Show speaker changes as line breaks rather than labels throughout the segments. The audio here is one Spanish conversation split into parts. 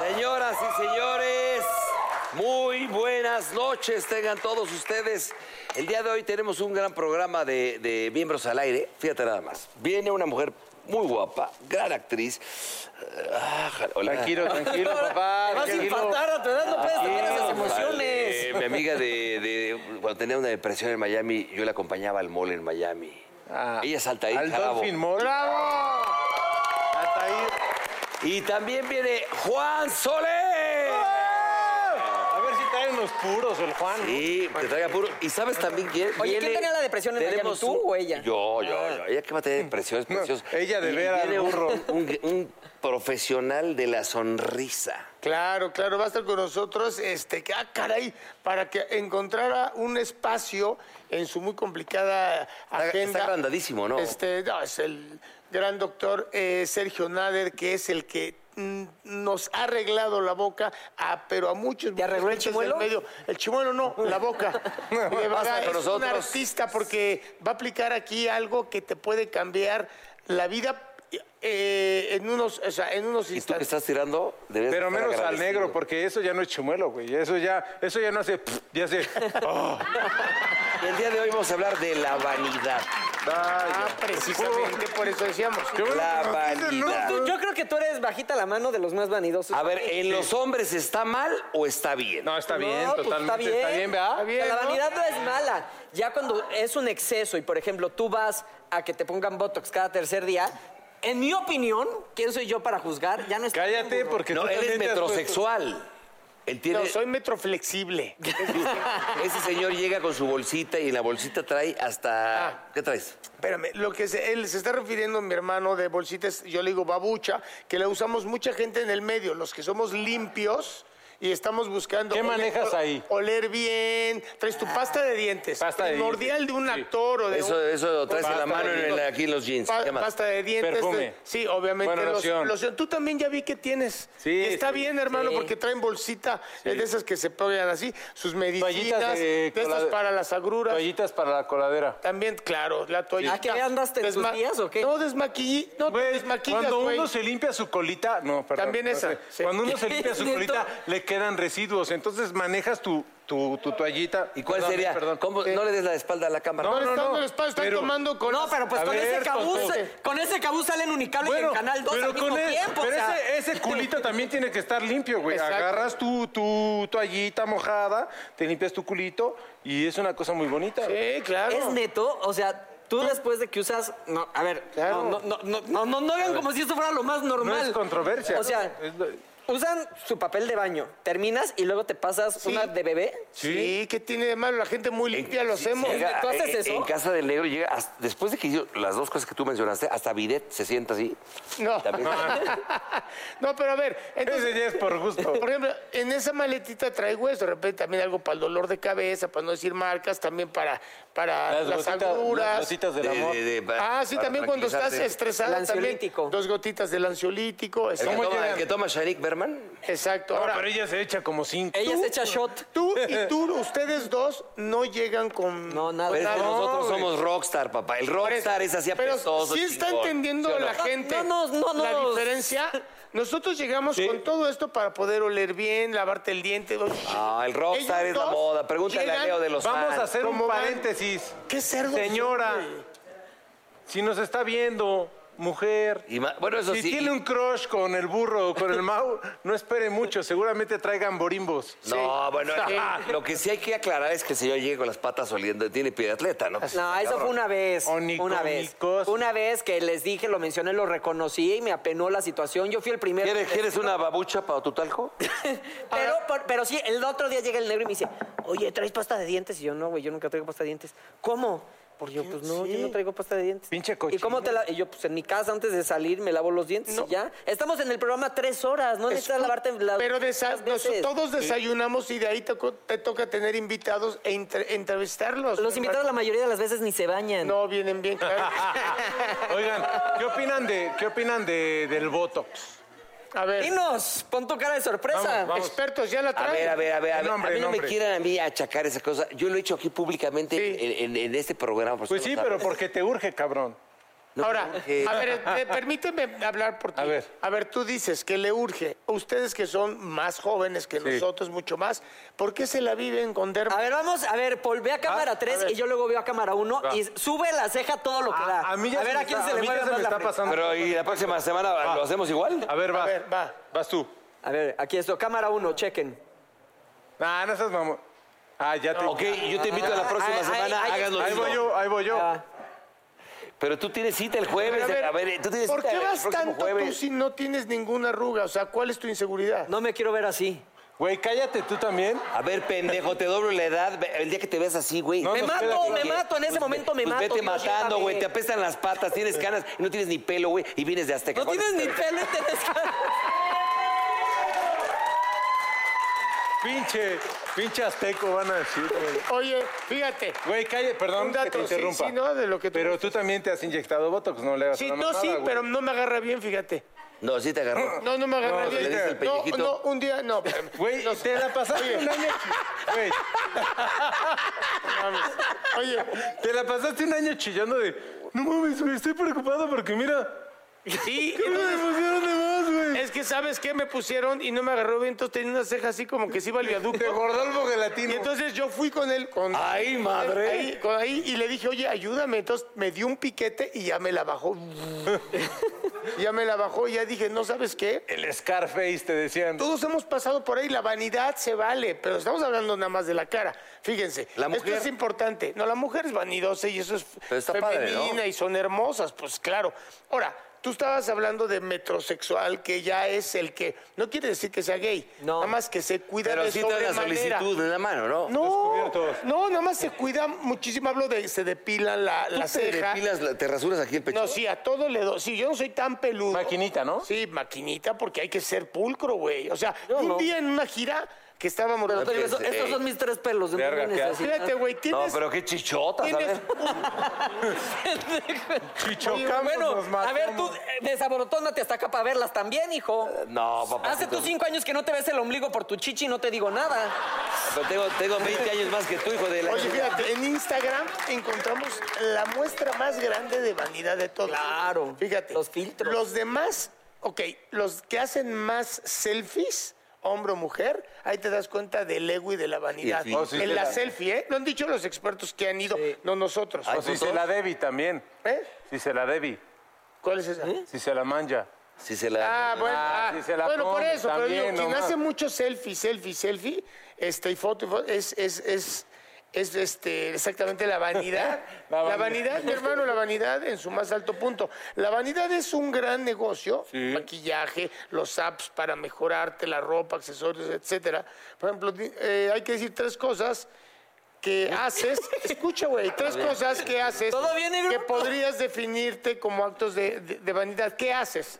Señoras y señores, muy buenas noches tengan todos ustedes. El día de hoy tenemos un gran programa de, de miembros al aire. Fíjate nada más. Viene una mujer muy guapa, gran actriz. Ah, jale- hola.
Tranquilo, tranquilo, papá.
Vas a
tranquilo.
infartar a tu edad, no puedes tener esas emociones.
Eh, mi amiga de, de- cuando tenía una depresión en Miami, yo la acompañaba al mall en Miami.
Ah,
Ella es Altair
Al
Jarabo.
Dolphin Mall. ¡Bravo! Altair.
Y también viene Juan Solé.
A ver si trae unos puros el Juan.
Sí, pues, que traiga puro. ¿Y sabes también quién?
Oye, ¿quién
Viene-
tenía la depresión en Miami,
tenemos
tú
un-
o ella?
Yo, yo, yo. Ella que va a tener depresiones preciosas.
ella de
Y
ver al
viene un-
burro.
Un, un profesional de la sonrisa.
Claro, claro, va a estar con nosotros, este, que, ah, caray, para que encontrara un espacio en su muy complicada agenda.
está agrandadísimo, ¿no?
Este, no, es el gran doctor eh, Sergio Nader, que es el que mm, nos ha arreglado la boca, a, pero a muchos.
¿Te arregló el
muchos del
chimuelo?
medio. El chimuelo no, la boca. De verdad,
con
es un
nosotros.
artista porque va a aplicar aquí algo que te puede cambiar la vida eh, en unos, o sea, en unos
Y tú que
instantes.
estás tirando, debes
Pero
estar
menos al
agradecido.
negro, porque eso ya no es chimuelo, güey. Eso ya, eso ya no hace. Ya hace. Oh,
Y el día de hoy vamos a hablar de la vanidad.
Ah, precisamente por eso decíamos.
La
No,
vanidad.
tú- yo creo que tú eres bajita la mano de los más vanidosos.
A ver, ¿en los hombres está mal o está bien?
No, está
No,
bien,
pues,
totalmente.
Está bien,
¿verdad?
O sea,
bien,
la
¿no?
vanidad ¿no? es mala. Ya cuando es un exceso y, por ejemplo, tú vas a que te pongan Botox cada tercer día, en mi opinión, ¿quién soy yo para juzgar? Ya no está
Cállate,
bien,
porque
No,
tú
él es
también te has puesto-
metrosexual. Él tiene,
No, soy metroflexible.
Ese señor llega con su bolsita y en la bolsita trae hasta... ¿Qué traes?
Espérame, lo que se, él se está refiriendo mi hermano de bolsitas, yo le digo babucha, que la usamos mucha gente en el medio, los que somos limpios y estamos buscando.
¿Qué
oler-
manejas
o-
ahí?
Oler bien, traes tu pasta de dientes.
Pasta de
primordial
dientes,
de un
sí.
actor o de
Eso,
un-
eso lo traes en la
Basta,
mano en el-
amigos.
aquí en los jeans.
pa-
¿Qué más?
peste de dientes.
Perfume.
este- Sí, obviamente.
Bueno,
los-
loción.
Tú también ya vi que tienes.
Sí,
Y está
sí.
bien, hermano,
Sí.
porque traen bolsita eh, de esas que se pegan así, sus medicinas,
Toallitas
de,
de
estas
colade-
para las agruras.
Toallitas para la coladera.
También, claro, la toallita.
¿A qué andaste en tus
Desma-
días o qué?
No, desmaquillí. No, te
Güey,
desmaquillas,
Pues, cuando
Pues, güey.
uno se limpia su colita, no, perdón.
También
no
esa,
sé.
sí.
Cuando uno se limpia su
Neto.
colita, le quedan residuos. Entonces manejas tu, tu, tu toallita.
¿Y cuál
Perdón,
sería?
Perdón. Eh,
¿Cómo? No le des la espalda a la cámara.
Eh, No,
No,
no,
no, no,
Están,
pero-
tomando con...
No, pero pues
A
con,
ver,
ese cabuz,
Toto.
con ese cabuz salen unicable y en Canal 2 al mismo
e-
tiempo.
pero
o sea.
ese, ese culito también tiene que estar limpio, güey.
Exacto.
Agarras tu, tu toallita mojada, te limpias tu culito y es una cosa muy bonita. güey.
Sí, claro.
Es neto, o sea, tú después de que usas. No, a ver,
Claro.
no, no, no, no, no, no hagan como si esto fuera lo más normal.
No es controversia.
O sea,
Es lo-
usan su papel de baño, terminas y luego te pasas una de bebé.
Sí. ¿qué tiene de malo? La gente muy limpia lo hacemos.
Llega,
¿Tú haces
eh,
eso?
En casa del negro llega, hasta- después de que hizo las dos cosas que tú mencionaste, hasta Bidet se sienta así.
No.
También-
no, pero a ver,
Ese
entonces...
ya es por gusto.
Por ejemplo, en esa maletita traigo eso, de repente también algo para el dolor de cabeza, para no decir marcas, también para, para las,
bolsitas- Las
agruras.
bolsitas del
de-
amor.
de- de- para-
Ah, sí,
para
también cuando estás
tranquilizarte.
estresado. también
Ansiolítico.
dos gotitas del ansiolítico.
El que,
exacto.
toma, el que toma Sharik Spider-Man?
Exacto.
Ahora,
Ahora,
pero ella se echa como cinco.
Ella se echa shot.
tú y tú, ustedes dos, no llegan con...
No, nada.
Pero es que
No,
nosotros
güey.
somos rockstar, papá. El rockstar es así
Pero
apestoso.
sí está
chingón.
entendiendo
¿Sí o no?
la gente
no, no, no,
la
no.
diferencia. Nosotros llegamos con todo esto para poder oler bien, lavarte el diente.
Ah, el rockstar
Ellos
es la
dos
moda. Pregúntale
llegan-
a Leo de los
Vamos
fans.
a hacer un
¿Cómo van?
paréntesis.
¿Qué cerdos son,
Señora, si nos está viendo, mujer.
Y ma- bueno, eso
si
sí.
tiene un crush con el burro o con el Mau, no espere mucho, seguramente traigan borimbos.
No, bueno, eh, lo que sí hay que aclarar es que el señor llegue con las patas oliendo, tiene pie de atleta, ¿no?
No, eso fue una vez.
Onicónicos.
Una vez. Una vez que les dije, lo mencioné, lo reconocí y me apenó la situación. Yo fui el primero.
¿Quieres, quieres una babucha para tu talco?
Pero, por- pero sí, el otro día llega el negro y me dice, oye, ¿traes pasta de dientes? Y yo, no, güey, yo nunca traigo pasta de dientes. ¿Cómo? Porque yo, pues no, yo no traigo pasta de dientes.
Pinche
¿Y cómo te la...? Y yo, pues en mi casa, antes de salir, me lavo los dientes y ya. Estamos en el programa tres horas, no necesitas lavarte la...
Pero desa-
las veces.
nos- todos desayunamos y de ahí te, co- te toca tener invitados e inter- entrevistarlos.
Los invitados la mayoría de las veces ni se bañan.
No, vienen bien. claro.
Oigan, ¿qué opinan de qué opinan de, del Botox?
A ver,
Dinos, pon tu cara de sorpresa.
Vamos, vamos.
expertos, ya la
A
traen.
ver, a ver, a ver. A, ver.
Nombre,
a mí no
nombre.
me quieran a mí achacar esa cosa. Yo lo he hecho aquí públicamente
Sí.
en, en- en este programa. por
Pues
si
sí,
no
pero
sabes.
porque te urge, cabrón.
Ahora,
Eh,
a ver, eh, permíteme hablar por ti.
A ver.
A ver, tú dices que le urge. Ustedes que son más jóvenes que
Sí.
nosotros, mucho más, ¿por qué se la viven con
A
derma?
ver, vamos, a ver, Paul,
Ah,
ve a cámara 3 y yo luego veo a cámara 1 y sube la ceja todo lo que da.
Ah, A, a mí ya
Ah, a ver
se me
a quién
está-
se
a
le
mí ya
mueve
se
más
me
la
está
frente.
pasando.
Pero y la próxima semana lo hacemos igual.
A ver, vas.
A ver, va.
Vas tú.
A ver, aquí esto, cámara 1, chequen.
Ah, no seas mamón. Ah, ya te.
Ok, yo te invito a la próxima
Ay, ay,
semana,
ay,
hagan lo
Ahí
mismo.
voy yo, ahí voy yo.
Ah,
Pero tú tienes cita el jueves. A
A
ver,
ver,
eh, tú tienes
¿Por
cita
qué
el
vas
próximo
tanto tú
jueves.
si no tienes ninguna arruga? O sea, ¿cuál es tu inseguridad?
no me quiero ver así.
Güey, cállate tú también.
A ver, pendejo, te doblo la edad. ve- El día que te veas así, güey.
No,
me
no,
mato,
espérate.
me mato, en ese
Pues ve-
momento me
pues
mato.
Vete
Dios,
matando,
llévame.
güey. Te apestan las patas, tienes canas y no tienes ni pelo, güey. Y vienes de Azteca.
No tienes ni pelo y tienes cara.
Pinche, pinche azteco van a decir, güey.
Oye, fíjate.
Güey, cállate, perdón
Un
que te
dato, sí,
interrumpa.
sí, no, de lo que tú
Pero tú
dices.
también te has inyectado Botox, no le hagas
Sí,
una
no,
mamada,
sí,
güey.
pero no me agarra bien, fíjate.
No, sí te agarró.
No, no me agarra
No,
bien.
le dice
el
no,
pellejito.
no, un día, no. espérame.
Güey,
No,
te la pasaste
Oye.
un año. Güey,
mames. Oye,
te la pasaste un año chillando de. No mames, güey, estoy preocupado porque mira.
sí,
¿Qué me
entonces,
pusieron de más, güey?
es que ¿sabes qué? Me pusieron y no me agarró bien, entonces tenía una ceja así como que se iba al
De
viaducto.
Gordolfo Gelatino.
Y entonces yo fui con él, con...
¡Ay, madre!
Ahí, con ahí, y le dije, oye, ayúdame. Entonces me dio un piquete y ya me la bajó. ya me la bajó y ya dije, no sabes qué.
El Scarface te decían.
Todos hemos pasado por ahí, la vanidad se vale, pero estamos hablando nada más de la cara. Fíjense,
La mujer-
esto es importante. No, la mujer es vanidosa y eso es
Pero está padre, ¿no?
femenina y son hermosas, pues claro. Ahora, tú estabas hablando de metrosexual, que ya es el que... No quiere decir que sea gay,
No.
nada más que se cuida
Pero
de
sí te la
sobremanera.
solicitud en la mano, ¿no?
No,
Descubiertos.
no, nada más se cuida muchísimo. Hablo de se depilan la, la
¿Te
ceja.
depilas la- te rasuras aquí el pecho?
No, sí, a todo le doy. Sí, yo no soy tan peludo.
Maquinita, ¿no?
Sí, maquinita, porque hay que ser pulcro, güey. O sea,
Yo
un
no.
día en una gira que estábamos...
Pero, pero eso-
Ey.
estos son mis tres pelos. no
Verga,
me
¿qué
necesitas.
Fíjate, güey,
No,
tienes...
pero qué chichota, ¿sabes?
tienes-
Chichocamos,
Bueno,
nos
a ver, tú
matamos.
eh, desaborotónate hasta acá para verlas también, hijo.
Eh,
No, papá.
Hace tus cinco años que no te ves el ombligo por tu chichi y no te digo nada.
Pero tengo, tengo 20 años más que tú, hijo de la...
Oye, fíjate, en Instagram encontramos la muestra más grande de vanidad de todos.
Claro,
Fíjate.
los filtros.
Los demás, ok, los que hacen más selfies, hombre o mujer, ahí te das cuenta del ego y de la vanidad.
Y el filtro.
Oh, sí, sí,
en la
la-
selfie, ¿eh? Lo han dicho los expertos que han ido, no
Ah,
nosotros.
Ay,
O si Pues se la debí también.
¿Eh?
Si se la debí.
¿Cuál es esa?
Si se la manja.
Si se la...
Ah, bueno,
Ah,
ah,
sí se la
bueno, por
pone
eso, pero digo,
también,
quien
nomás.
hace mucho selfie, selfie, selfie, este, y foto, y foto, es, es, es, es, este, exactamente la vanidad.
La
la,
vanidad.
vanidad, mi hermano, la vanidad en su más alto punto. La vanidad es un gran negocio, maquillaje, los apps para mejorarte la ropa, accesorios, etcétera. Por ejemplo, di- eh, hay que decir tres cosas que haces, escucha, güey, tres cosas que haces
Todo bien,
que
Ebro.
podrías definirte como actos de- de- de vanidad. ¿Qué haces?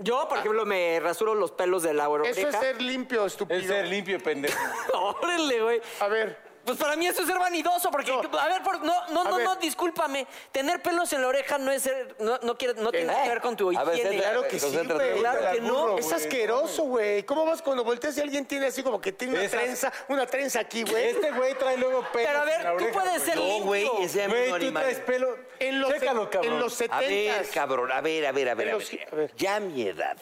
Yo, por ejemplo, me rasuro los pelos de la oreja.
Eso es ser limpio, estúpido.
Es ser limpio, pendejo.
Órale, güey.
A ver,
Pues para mí eso es ser vanidoso, porque,
No.
a ver, por- no, no,
A
no,
ver.
no, discúlpame. Tener pelos en la oreja no es ser, no, no, quiere- no tiene que ver con tu
Eh, A ver,
higiene.
centra-
Claro que sí,
Concéntrate,
güey.
Claro que no.
Es asqueroso, güey. ¿Cómo vas cuando volteas y alguien tiene así como que tiene una
Esas-
trenza, una trenza aquí, güey?
Este güey trae luego pelo.
Pero a ver, tú puedes ser
No,
limpio.
güey, ese amigo
Güey, tú
animal.
traes pelo.
En los,
Chécalo, cabrón.
en los
A ver,
70s.
cabrón, a ver, a ver, a ver, a
Pero sí, a ver.
ver. Ya a mi edad.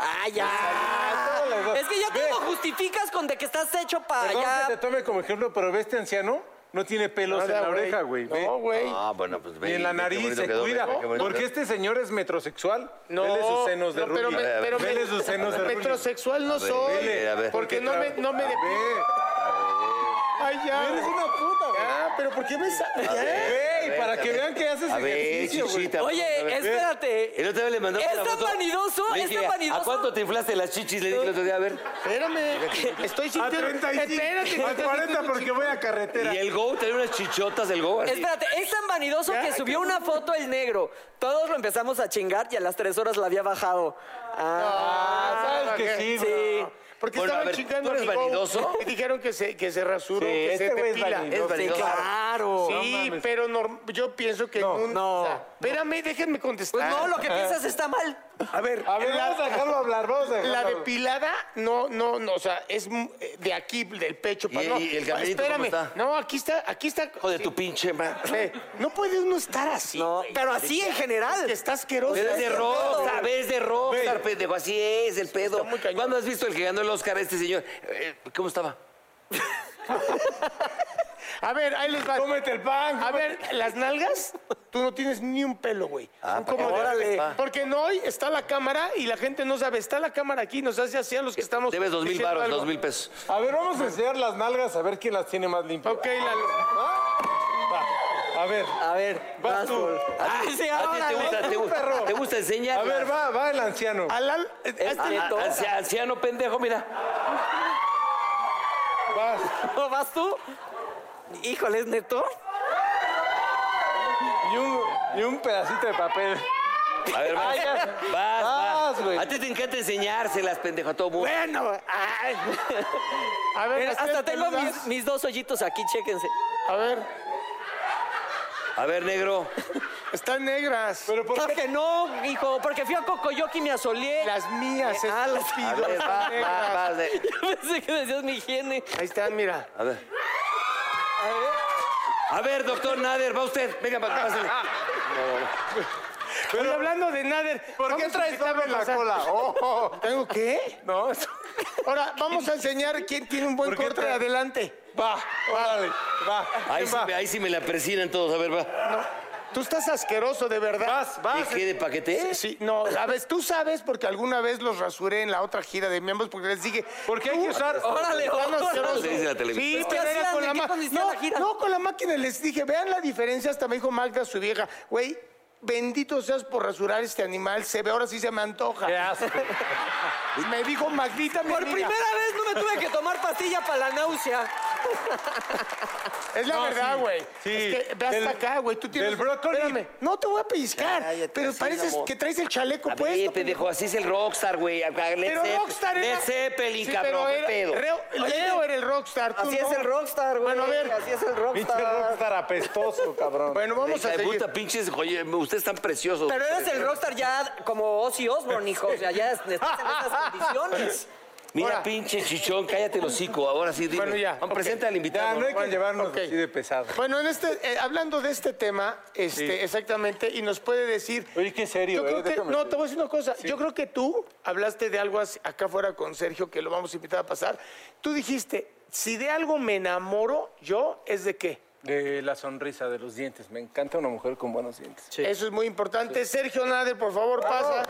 Ah, ya.
todas las dos.
Es que ya te
Ve.
lo justificas con de que estás hecho para
Perdón que
allá.
te tome como ejemplo, pero ve este anciano, no tiene pelos
Nada,
en la oreja, güey. ve.
No, güey.
Ah, bueno, pues ve.
Ni en la
ve qué
nariz
bonito
se
quedó, ve,
cuida.
ve qué bonito
Porque
quedó.
este señor es metrosexual.
No,
Vele sus senos de
no, pero,
rubio.
me- pero me-
Vele sus senos de rubio.
Metrosexual no
ver,
soy.
dile, a ver.
porque no me, no me
Ve,
depilo. Ay, ya.
Eres una puta, güey.
Ah, pero ¿por qué me sa- ya?
Güey,
ver,
para
a
que
ver.
vean que haces
A ver,
ejercicio, güey.
chichita. a ver.
Oye, espérate.
El otro día le mandamos
¿Es
la
tan
foto.
vanidoso?
Le
¿Es
dije,
tan vanidoso?
¿A cuánto te inflaste las chichis? Le dije el otro día, a ver.
Espérame. Estoy
A
sintiendo.
35. A
Espérate.
40 porque voy a carretera.
Y el Go tenía unas chichotas, el Go. así.
Espérate, es tan vanidoso que subió una foto el negro. Todos lo empezamos a chingar y a las tres horas la había bajado. Ah,
¿Sabes que sí, güey?
sí.
Porque
Bueno, a
estaban
ver,
chingando
¿tú eres
a mi Go,
vanidoso?
Y dijeron que se, que se rasuró,
Sí,
que
este
se
güey es
depila.
Es
vanidoso.
Sí,
vanidoso.
claro.
Sí,
mames.
pero norm- yo pienso que
No,
en un-
no,
o sea, espérame, déjenme contestar.
Pues no, lo que piensas está mal.
A ver, a ver, vamos a dejarlo hablar, vamos a dejarlo
La
hablar.
depilada, no, no, no, o sea, es m- de aquí, del pecho para
¿Y-
no.
y el caminito cómo
Espérame,
está?
no, aquí está, aquí está.
Hijo de tu pinche madre.
Eh, no puede uno estar así.
No,
güey.
pero así en general.
Está asqueroso.
Pero es de Rockstar, ves de Rockstar,
Güey.
pendejo, así es el pedo.
muy cañón.
¿Cuándo has visto el que ganó el Oscar, este señor? Eh, ¿Cómo estaba?
A ver, ahí les va.
Cómete el pan.
A ver, las nalgas, tú no tienes ni un pelo, güey.
Ah,
Son
para
como
que
de-
órale. Ah.
Porque no hoy está la cámara y la gente no sabe. Está la cámara aquí, nos hace así a los que estamos.
Debes dos mil
diciendo
baros,
algo.
dos mil pesos.
A ver, vamos a enseñar las nalgas a ver quién las tiene más limpias.
Ok, Lalo.
Va. A ver.
Ah,
A ver,
Vas tú.
por- Ah, sí,
¿A ti te
órale.
gusta, te gusta, te gusta enseñar?
A ver, va, va el anciano.
A Lalo-
Es
este
Ah,
prieto.
anci- anciano pendejo, mira.
Vas.
¿No vas tú? Híjole, ¿es neto?
Y un, y un pedacito de papel.
A ver, vas.
Ay, ya.
Vas,
Vas,
vas.
güey.
A ti te encanta enseñárselas, pendejo, a todo mundo.
Bueno, ay.
A ver,
Mira,
las
hasta
tres
tengo
peludas.
mis, mis dos hoyitos aquí, chéquense.
A ver,
A ver, negro.
están negras.
Pero por
Claro que no, hijo, porque fui a Cocoyoki y me asolé.
Las mías,
Ah,
estúpido,
las-
A ver,
están
Ah,
va, va,
negras.
va. de-
Yo pensé que decías mi higiene.
Ahí están, mira.
A ver. A ver, doctor Nader, va usted. Venga, pa-
Ah,
pásale.
Pero hablando de Nader,
¿Por qué
vamos a
traes
invitar
algo en la
a-
cola? Oh, oh.
¿Tengo qué?
No, eso-
Ahora, vamos a enseñar quién tiene un buen
¿Por qué
corte
traes?
adelante.
va, órale, va.
Ahí
¿Quién
sí,
va?
me- ahí sí me la presionan todos. A ver, va.
Tú estás asqueroso, de verdad.
Vas, vas.
¿Qué quede paquete?
Ah, Sí, sí, no, sabes, tú sabes porque alguna vez los rasuré en la otra gira de miembros porque les dije.
Porque hay que usar.
Órale,
"Están asquerosos".
órale.
Se dice la televisión.
Sí,
Pues, ¿qué
pero era
hacían?
con
¿De
la
qué consistía
máquina.
la gira?
No, con la máquina les dije, vean la diferencia, hasta me dijo Magda, su vieja, güey, bendito seas por rasurar este animal, se ve, ahora sí se me antoja.
Qué asco.
Me dijo Magdita, mi
Por
amiga.
primera vez no me tuve que tomar pastilla para la náusea.
Es la
No,
verdad,
sí,
güey.
sí.
Es que ve hasta
Del-
acá, güey. Tú tienes.
del brócoli.
Espérame. No te voy a pellizcar.
Cállate,
pero
sí,
pareces
amor.
que traes el chaleco
A
puesto.
ver, pendejo, así es el rockstar, güey. A- a- Led
Pero
Zepp-
Rockstar era.
Led Zeppelin,
Sí,
cabrón,
pero
qué
era-
pedo.
Reo- Leo era el rockstar. tú
Así
no.
es el rockstar, güey.
Bueno, a ver.
Así es el
Pinche
rockstar.
rockstar apestoso, cabrón.
Bueno, vamos
Hija
a
de
seguir.
puta, pinches, oye, ustedes están preciosos.
Pero eres el rockstar ya como Ozzy Osbourne, hijo. O sea, ya estás en esas condiciones.
Mira,
Ahora.
pinche chichón, cállate el hocico. Ahora sí, dime.
Bueno, ya,
Juan,
ok.
presenta al
ya,
invitado.
no hay que llevarnos
ok.
así de pesado.
Bueno, en este, eh, hablando de este tema, este, exactamente, y nos puede decir.
Oye, qué
Yo
serio,
creo
¿eh?
que-
Déjame
no,
decir.
te voy a decir una cosa. Yo creo que tú hablaste de algo así- acá afuera con Sergio, que lo vamos a invitar a pasar. Tú dijiste, si de algo me enamoro, yo, ¿es de qué?
De la sonrisa, de los dientes. Me encanta una mujer con buenos dientes.
Eso es muy importante. Sergio Nader, por favor, pasa.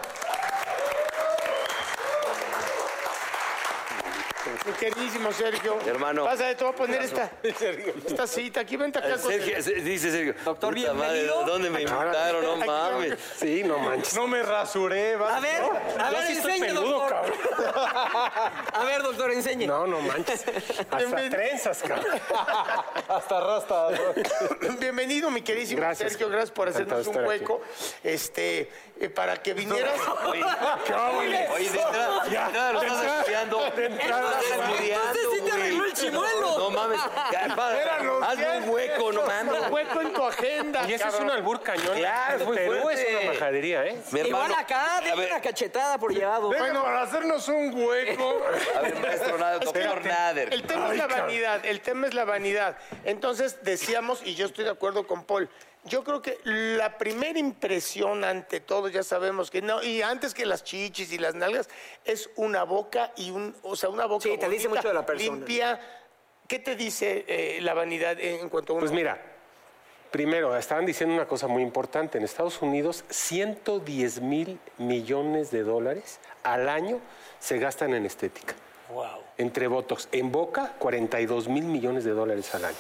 Mi queridísimo Sergio.
Hermano.
Pasa, te voy a poner esta. Esta cita. Aquí vente acá. con-
Sergio, se- dice Sergio.
Doctor,
puta
bienvenido.
Madre, ¿Dónde me invitaron? No mames.
Sí, no manches. No me rasuré, va.
A ver, a ver, enseñe, doctor. A ver, doctor, enseñe.
No, no manches. Hasta trenzas, cabrón. Hasta rasta.
Bienvenido, mi queridísimo
Gracias.
Sergio. Gracias por
Encantado
hacernos
de
un
estar
hueco. Este, eh, para que vinieras.
Oye, oye, de entrada, de entrada lo estás estudiando.
Entonces,
Lo estás
entonces sí te
estudiando,
arregló el
güey.
chimuelo.
No mames, Hazme
los
un hueco, no mames.
Hueco en tu agenda.
Y eso es
cabrón.
un albur cañón.
Claro, es muy
Perú
fuerte.
es una majadería, ¿eh?
Mi
Igual
hermano,
acá,
a
dime
ver,
una cachetada por llevado.
Bueno, para hacernos un hueco.
a ver, maestro Nader, doctor Nader.
El tema es la vanidad, el tema es la vanidad. Entonces decíamos, y yo estoy de acuerdo con Paul, yo creo que la primera impresión ante todo, ya sabemos que no, y antes que las chichis y las nalgas, es una boca y un, o sea, una boca
Sí, te dice mucho de la persona.
limpia. ¿Qué te dice eh, la vanidad en en cuanto a una
Pues mira, primero, estaban diciendo una cosa muy importante. En Estados Unidos, 110 mil millones de dólares al año se gastan en estética. Wow. Entre Botox. En boca, 42 mil millones de dólares al año.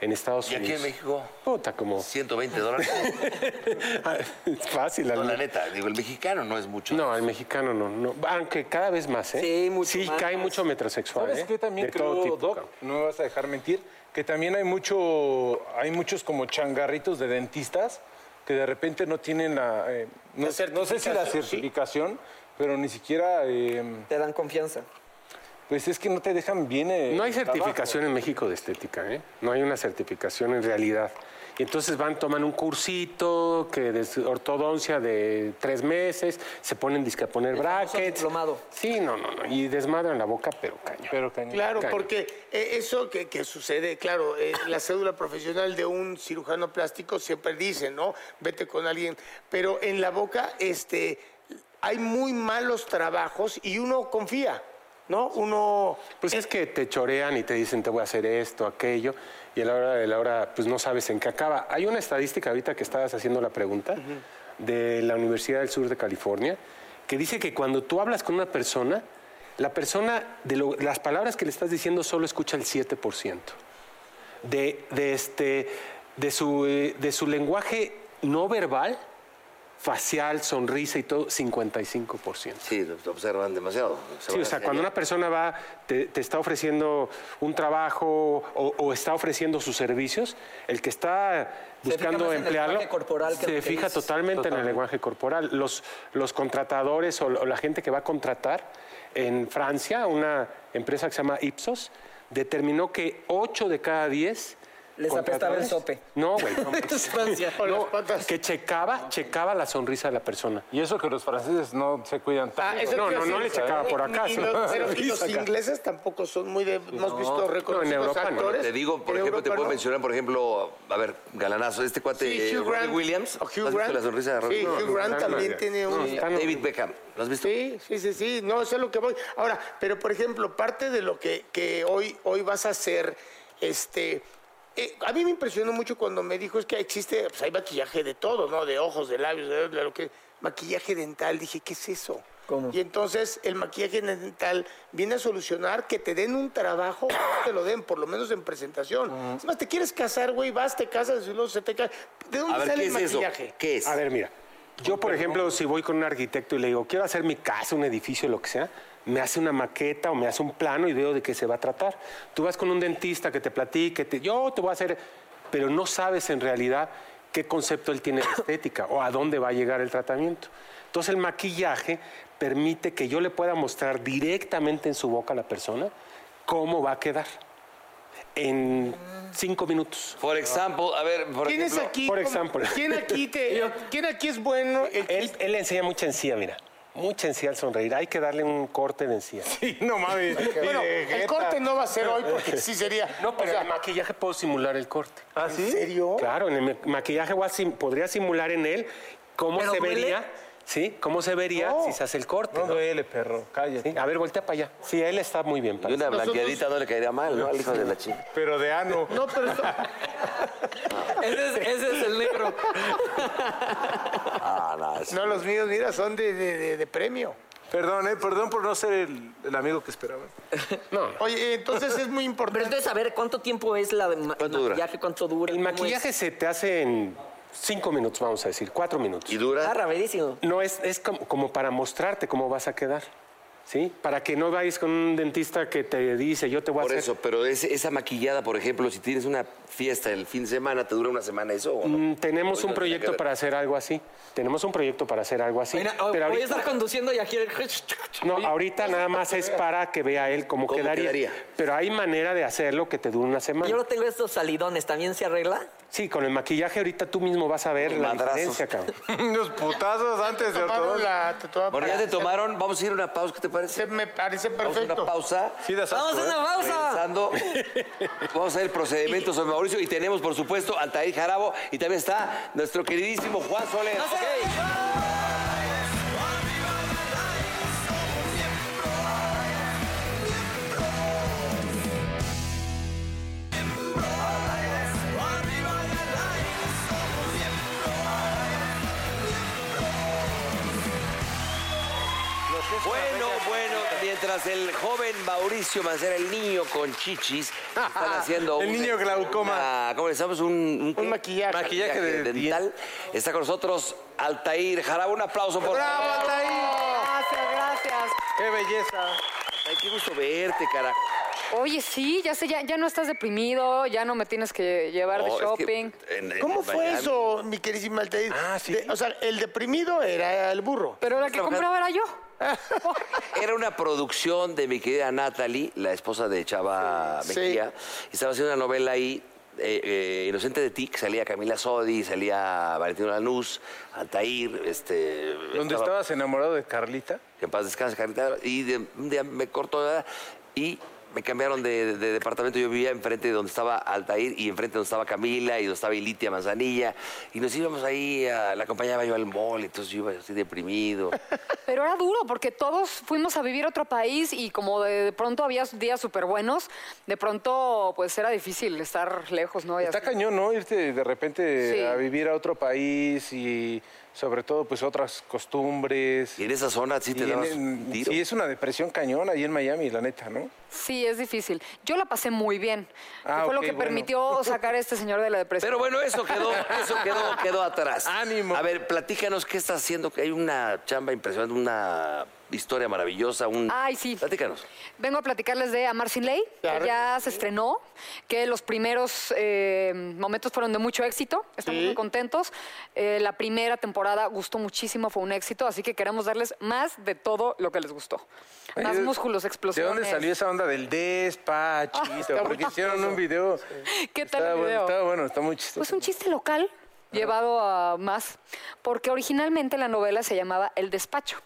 En Estados
Oh. ¿Y
Unidos.
aquí en México?
Puta, como.
120 dólares.
es fácil,
No,
al
la
menos.
neta, digo, el mexicano no es mucho.
No, el mexicano no, no. Aunque cada vez más, ¿eh?
Sí, mucho
Sí,
más.
cae mucho metrosexual.
¿Sabes
¿eh?
qué también
De
creo,
todo tipo,
Doc?
cabrón.
No me vas a dejar mentir. Que también hay mucho, hay muchos como changarritos de dentistas que de repente no tienen la... eh, no,
La
no sé si la
certificación, sí.
certificación, pero ni siquiera... eh,
Te dan confianza.
pues es que no te dejan bien eh,
No hay
el trabajo.
certificación en México de estética, ¿eh? No hay una certificación en realidad. Y entonces van, toman un cursito que de su- ortodoncia de tres meses, se ponen disque a poner
famoso
brackets.
diplomado.
Sí, no, no, no. Y desmadran la boca, pero caña.
Pero cañón.
Claro,
Cañón.
porque eh, eso que, que sucede, claro, eh, la cédula profesional de un cirujano plástico siempre dice, ¿no? Vete con alguien. Pero en la boca, este, hay muy malos trabajos y uno confía, ¿no? Uno.
Pues es que te chorean y te dicen te voy a hacer esto, aquello, y a la hora de la hora pues no sabes en qué acaba. Hay una estadística ahorita que estabas haciendo la pregunta de la Universidad del Sur de California que dice que cuando tú hablas con una persona, la persona de lo- las palabras que le estás diciendo solo escucha el 7% de, de este, de, su, eh, de su lenguaje no verbal, facial, sonrisa y todo, 55%.
Sí, te observan demasiado.
Sí, o sea, cuando una persona va, te, te está ofreciendo un trabajo o, o está ofreciendo sus servicios, el que está
Se fija
buscando
más en el
emplearlo
lenguaje corporal que en
se
lo que
fija
dices.
totalmente, en el lenguaje corporal. Los, los contratadores o, o la gente que va a contratar en Francia, una empresa que se llama Ipsos, determinó que 8 de cada 10
Les apestaba el
contratadores-
sope.
No, güey. no.
Sustancia.
O las
No,
patas.
que checaba, checaba la sonrisa de la persona.
Y eso que los franceses no se cuidan tanto.
Ah, eso
No,
te iba a
no, no
decir.
le checaba por acá,
Y,
sí.
los, pero- y los
Acá.
ingleses tampoco son muy de. Hemos visto reconocidos
Europa no.
actores.
Te digo, por
En
ejemplo, te
Europa
puedo
no.
mencionar, por ejemplo, a ver, galanazo, este cuate
Sí,
eh,
Hugh
Robbie
Grant.
Williams.
O
¿Has visto
Hugh Grant.
la sonrisa de Robbie
Sí,
Williams?
Hugh Grant también tiene un.
David Beckham, ¿lo has visto?
Sí, sí, sí, sí. No, eso es lo que voy. Ahora, pero por ejemplo, parte de lo que, que hoy, hoy vas a hacer, este. eh, a mí me impresionó mucho cuando me dijo es que existe, pues hay maquillaje de todo, ¿no? De ojos, de labios, de, de lo que. Maquillaje dental. Dije, ¿qué es eso?
¿Cómo?
Y entonces el maquillaje dental viene a solucionar que te den un trabajo, no te lo den, por lo menos en presentación. Es más, te quieres casar, güey, vas, te casas, y luego se te cae. ¿De dónde
A ver,
sale
¿qué
el
es eso?
maquillaje?
¿Qué es?
A ver, mira, yo por ejemplo, si voy con un arquitecto y le digo, quiero hacer mi casa, un edificio, lo que sea, me hace una maqueta o me hace un plano y veo de qué se va a tratar. Tú vas con un dentista que te platique, te- yo te voy a hacer, pero no sabes en realidad qué concepto él tiene de estética o a dónde va a llegar el tratamiento. Entonces el maquillaje permite que yo le pueda mostrar directamente en su boca a la persona cómo va a quedar en cinco minutos.
Por ejemplo, a ver, por
Ah. ¿Quién es
ejemplo,
aquí?
por
cómo-
ejemplo.
¿Quién aquí, te, ¿quién aquí es bueno? El-
Él, él le enseña mucha encía, mira. Mucha encía al sonreír. Hay que darle un corte de encía.
Sí, no mames.
bueno, el corte no va a ser hoy porque sí sería.
No, pero
o sea,
en el maquillaje puedo simular el corte.
¿Ah, sí?
¿En serio?
Claro, en el ma- maquillaje voy a sim- podría simular en él cómo
¿Pero
se
duele?
vería. ¿Sí? ¿Cómo se vería
No.
si se hace el corte?
No
¿no?
duele, perro. Cállate.
Sí, A ver, voltea para allá. Sí, él está muy bien.
y
Para
una
eso.
blanqueadita no le caería mal, ¿no? Al hijo de la chica.
Pero de ano.
No, pero esto-
Ese es, ese es el negro.
Ah, no, es-
no, los míos, mira, son de, de- de- de premio.
Perdón, eh, perdón por no ser el, el amigo que esperaba.
Oye, entonces es muy
Pero
importante.
entonces, a ver, ¿cuánto tiempo es la de ma-
¿Cuánto dura?
maquillaje? ¿Cuánto dura?
El
¿Cómo
maquillaje
es?
se te hace en cinco minutos, vamos a decir, cuatro minutos.
Y
Ah,
dura.
rapidísimo.
No, es, es como, como para mostrarte cómo vas a quedar. ¿sí? Para que no vayas con un dentista que te dice, yo te voy a
Por
hacer...
eso, pero es- esa maquillada, por ejemplo, si tienes una fiesta el fin de semana, ¿te dura una semana eso o no?
Mm,
Ahorita
tenemos un
tiene que
proyecto
ver.
para hacer algo así. Tenemos un proyecto para hacer algo así.
Mira, oh,
pero
voy a
ahorita,
estar conduciendo y aquí el...
no, ahorita nada más es para que vea él cómo,
¿Cómo
quedaría.
quedaría?
Pero hay manera de hacerlo que te dure una semana.
Yo no tengo estos salidones, ¿también se arregla?
Sí, con el maquillaje ahorita tú mismo vas a ver la
Madrazos.
diferencia, cabrón.
Unos putazos antes de todo.
Tomaron la tatuada
Bueno, ya
para-
te tomaron, vamos a ir a una pausa, ¿qué te parece?
Se me parece
Vamos a una
perfecto.
pausa.
Sí, das asco,
¡Vamos a
¿eh?
una pausa!
Regresando, vamos a ver el procedimiento sobre Mauricio y tenemos, por supuesto, Altair Jarabo y también está nuestro queridísimo Juan Soler.
¡No se
Ok.
vayan!
Bueno, bueno, mientras el joven Mauricio Mancera, el niño con chichis, están haciendo.
El niño glaucoma.
una- ¿Cómo le llamamos? Un,
Un
maquillaje
maquillaje.
Maquillaje de
dental. Está con nosotros Altair Jarabo. Un aplauso, por
¡Bravo,
favor.
Altair!
Gracias, gracias.
¡Qué belleza!
Ay, qué gusto verte, cara.
Oye, sí, ya sé, ya, ya no estás deprimido, ya no me tienes que llevar
No,
de
Oh, es que
shopping.
en- en
¿Cómo fue
Miami-
eso, mi queridísima Altair?
Ah, sí.
De- o sea, el deprimido era el burro.
Pero la que
trabajando.
compraba era yo.
Era una producción de mi querida Natalie, la esposa de Chava
Sí.
Mejía. y Estaba haciendo una novela ahí, eh, eh, Inocente de ti, que salía Camila Sodi, salía Valentino Lanús, Altair, este...
¿Dónde
estaba-
estabas enamorado de Carlita?
Que en paz descanse, Carlita. Y de- un día me cortó ¿verdad? y me cambiaron de, de departamento. Yo vivía enfrente de donde estaba Altair y enfrente donde estaba Camila y donde estaba Ilitia Manzanilla. Y nos íbamos ahí, a- la acompañaba yo al mall, entonces yo iba así deprimido.
Pero era duro porque todos fuimos a vivir a otro país y como de, de pronto había días súper buenos, de pronto pues era difícil estar lejos, ¿no? Y
Está
así.
cañón, ¿no? Irte de repente
Sí.
a vivir a otro país y sobre todo pues otras costumbres.
Y en esa zona sí te
Y en-
dabas un
en-
tiro.
sí, es una depresión cañón ahí en Miami, la neta, ¿no?
Sí, es difícil. Yo la pasé muy bien.
Ah,
fue lo
ok,
que
bueno.
permitió sacar a este señor de la depresión.
Pero bueno, eso quedó, eso quedó, quedó atrás.
Ánimo.
A ver, platícanos qué estás haciendo, que hay una chamba impresionante, una historia maravillosa, un.
Ay, sí.
Platícanos.
Vengo a platicarles de Amar Sin Ley, que ya se estrenó, que los primeros eh, momentos fueron de mucho éxito, estamos muy contentos. Eh, la primera temporada gustó muchísimo, fue un éxito, así que queremos darles más de todo lo que les gustó. Más
Oye,
músculos,
Eh, ¿De
explosiones. Ah,
dónde salió esa onda del despachito? Porque hicieron un video.
¿Qué tal
Está
el
bueno,
video?
está bueno, está muy chistoso.
Pues un chiste local llevado a más, porque originalmente la novela se llamaba El Despacho.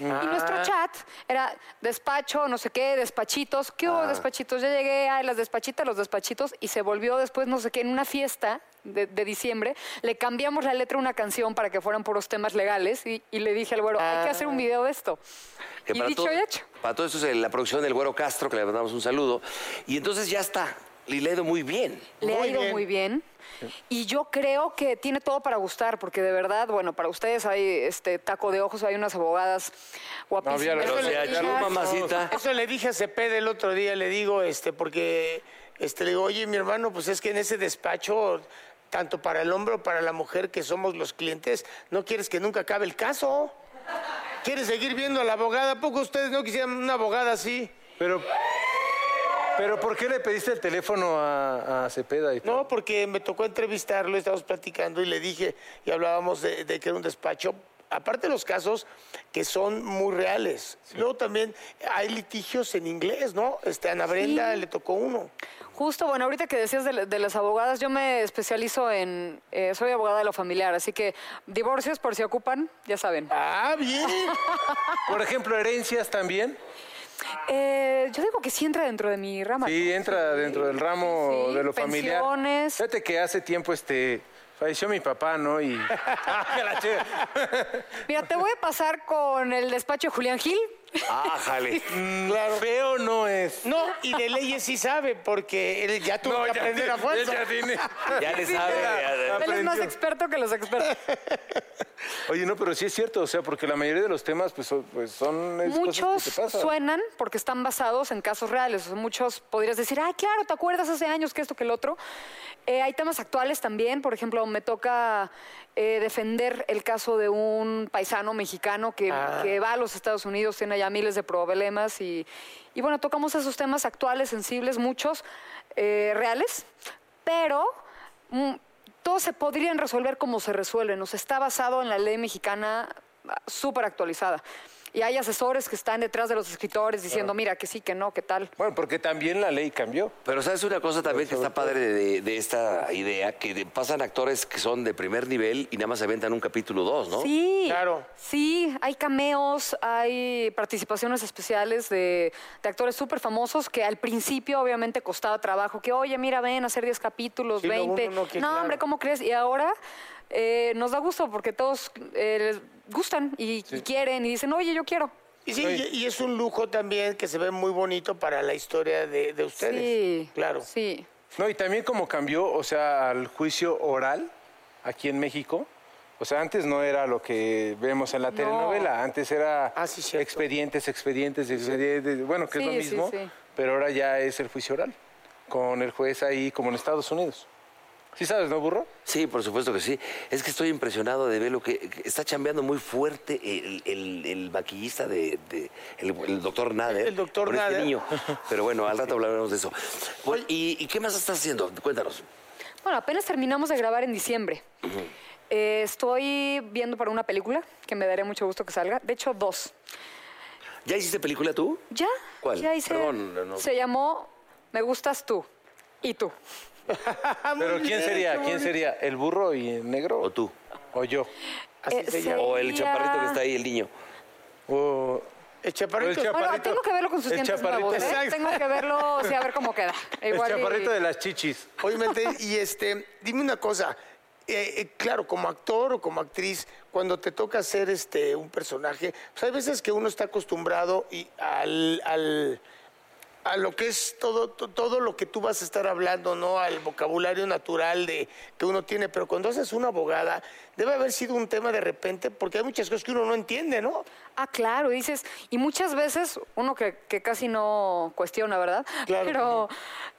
Y
Ah.
nuestro chat era despacho, no sé qué, despachitos, ¿qué
Ah.
hubo despachitos? Ya llegué, ay, las despachitas, los despachitos, y se volvió después, no sé qué, en una fiesta de, de diciembre, le cambiamos la letra a una canción para que fueran puros temas legales, y, y le dije al güero, hay que hacer un video de esto.
Ah. Que
y dicho
todo-
y hecho.
Para todo esto es la producción del Güero Castro, que le mandamos un saludo. Y entonces ya está. Y le ha ido muy bien.
Le ha ido muy bien. Y yo creo que tiene todo para gustar, porque de verdad, bueno, para ustedes hay este taco de ojos, hay unas abogadas guapísimas.
lo-
Pero
Eso
se
le
halló,
digas,
mamacita.
Eso le dije a Cepeda el otro día, le digo, este, porque este, le digo, oye, mi hermano, pues es que en ese despacho, tanto para el hombre o para la mujer que somos los clientes, no quieres que nunca acabe el caso. ¿Quieres seguir viendo a la abogada? ¿A poco ustedes no quisieran una abogada así?
Pero, pero ¿por qué le pediste el teléfono a, a Cepeda? Y
No, porque me tocó entrevistarlo, estábamos platicando y le dije, y hablábamos de, de que era un despacho, aparte de los casos que son muy reales. Luego también hay litigios en inglés, ¿no? Este, a Ana Brenda le tocó uno.
Justo, bueno, ahorita que decías de, la- de las abogadas, yo me especializo en, eh, soy abogada de lo familiar, así que divorcios por si ocupan, ya saben.
Ah, bien.
Por ejemplo, herencias también.
Eh, yo digo que sí entra dentro de mi rama.
Sí,
¿no?
entra
Ah, Sí,
dentro del ramo
sí,
de lo familiar.
pensiones.
Fíjate que hace tiempo este falleció mi papá, ¿no? Y Que la che-
Mira, te voy a pasar con el despacho de Julián Gil.
Ájale.
Mm, feo no es.
No, y de leyes sí sabe, porque él ya tuvo
No,
que aprender a fuerza.
ya tiene.
Ya le sabe. ya-
Él es más
Aprendió.
experto que los expertos.
Oye, no, pero sí es cierto, o sea, porque la mayoría de los temas pues son, pues, son es
Muchos
cosas que te pasan.
suenan porque están basados en casos reales. O sea, Muchos podrías decir, ay, claro, ¿te acuerdas hace años que esto, que el otro? Eh, hay temas actuales también. Por ejemplo, me toca
Ah.
eh, defender el caso de un paisano mexicano que, que va a los Estados Unidos, tiene ya miles de problemas y, y bueno, tocamos esos temas actuales, sensibles, muchos eh, reales, pero mm, todos se podrían resolver como se resuelven. O sea, está basado en la ley mexicana ah, súper actualizada. Y hay asesores que están detrás de los escritores diciendo, mira, que sí, que no, que tal.
Bueno, porque también la ley cambió.
Pero sabes una cosa también que está padre de, de esta idea, que de- pasan actores que son de primer nivel y nada más se aventan un capítulo dos, ¿no?
Sí.
Claro.
Sí, hay cameos, hay participaciones especiales de, de actores súper famosos que al principio obviamente costaba trabajo, que oye, mira, ven a hacer 10 capítulos,
Sí, lo
20.
uno no quiere,
hombre,
claro.
¿cómo crees? Y ahora eh, nos da gusto porque todos eh, les gustan y, y quieren y dicen, oye, yo quiero.
Y sí, y, y es un lujo también que se ve muy bonito para la historia de, de ustedes.
Sí.
Claro.
Sí.
No, y también como cambió, o sea, al juicio oral aquí en México. O sea, antes no era lo que vemos en la telenovela, antes era
Ah, sí, cierto.
expedientes, expedientes, expedientes, bueno, que es lo
Sí, sí,
mismo,
sí.
pero ahora ya es el juicio oral, con el juez ahí como en Estados Unidos. ¿Sí sabes, no, burro?
Sí, por supuesto que sí. Es que estoy impresionado de ver lo que que está chambeando muy fuerte el, el- el maquillista de, de- el, el doctor Nader.
El doctor
con este
Nader.
niño. Pero bueno, al rato hablaremos de eso. Bueno, ¿y, y qué más estás haciendo? Cuéntanos.
Bueno, apenas terminamos de grabar en diciembre. Eh, estoy viendo para una película que me daría mucho gusto que salga. De hecho, dos.
¿Ya hiciste película tú?
¿Ya?
¿Cuál?
Ya hice.
Perdón, no.
Se llamó Me gustas tú y tú. Ah,
Pero ¿quién sería? ¿Quién sería? ¿El burro y el negro?
¿O tú?
¿O yo?
Eh,
O el
sería-
chaparrito que está ahí, el niño.
¿O...
El chaparrito.
El chapa-
Bueno,
chaparrito.
tengo que verlo con sus
El
dientes
chaparrito.
nuevos, ¿eh?
Exacto.
Tengo que verlo, o sea, a ver cómo queda.
El
Igual y-
chaparrito de las chichis.
Oye, Mete, y este, dime una cosa. eh, eh, claro, como actor o como actriz, cuando te toca hacer este, un personaje, pues hay veces que uno está acostumbrado y al, al- a lo que es todo, to- todo lo que tú vas a estar hablando, ¿no? Al vocabulario natural de, que uno tiene. Pero cuando haces una abogada, debe haber sido un tema de repente, porque hay muchas cosas que uno no entiende, ¿no?
Ah, claro, dices, y muchas veces uno que, que casi no cuestiona, ¿verdad?
Claro.
Pero,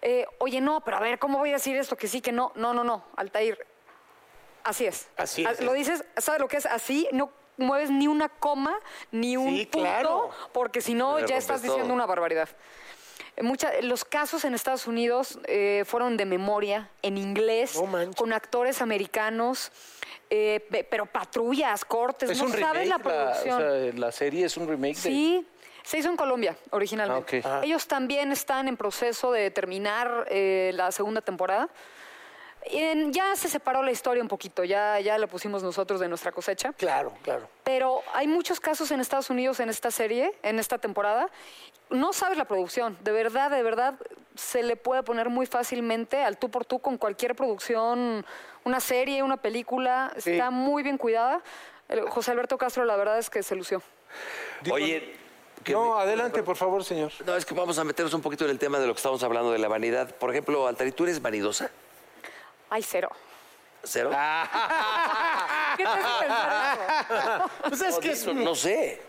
eh, oye, no, pero a ver, ¿cómo voy a decir esto? Que sí, que no, no, no, no, Altair. Así es.
Así
Ah,
es.
Lo dices, ¿sabes lo que es? Así no mueves ni una coma, ni un
Sí,
punto,
claro.
porque si no
Le
ya estás
rompes
diciendo
todo.
una barbaridad. Eh, mucha- los casos en Estados Unidos eh, fueron de memoria, en inglés,
No manches.
con actores americanos, eh, pe- pero patrullas, cortes,
Es
Pues
un
no
remake.
sabes la producción.
La, o sea, la serie es un remake de-
Sí, se hizo en Colombia originalmente.
Ah, ok. Ajá.
Ellos también están en proceso de terminar eh, la segunda temporada. En- ya se separó la historia un poquito, ya, ya la pusimos nosotros de nuestra cosecha.
Claro, claro.
Pero hay muchos casos en Estados Unidos en esta serie, en esta temporada. No sabes la producción, de verdad, de verdad, se le puede poner muy fácilmente al tú por tú con cualquier producción, una serie, una película, está muy bien cuidada. El- José Alberto Castro, la verdad es que se lució.
Oye, que
No,
me-
adelante, por favor, señor.
no, es que vamos a meternos un poquito en el tema de lo que estamos hablando de la vanidad. Por ejemplo, Altari, ¿tú eres vanidosa?
Ay, cero.
¿Cero?
Ah,
¿Qué te hace pensar eso?
Pues es que es,
No, no sé.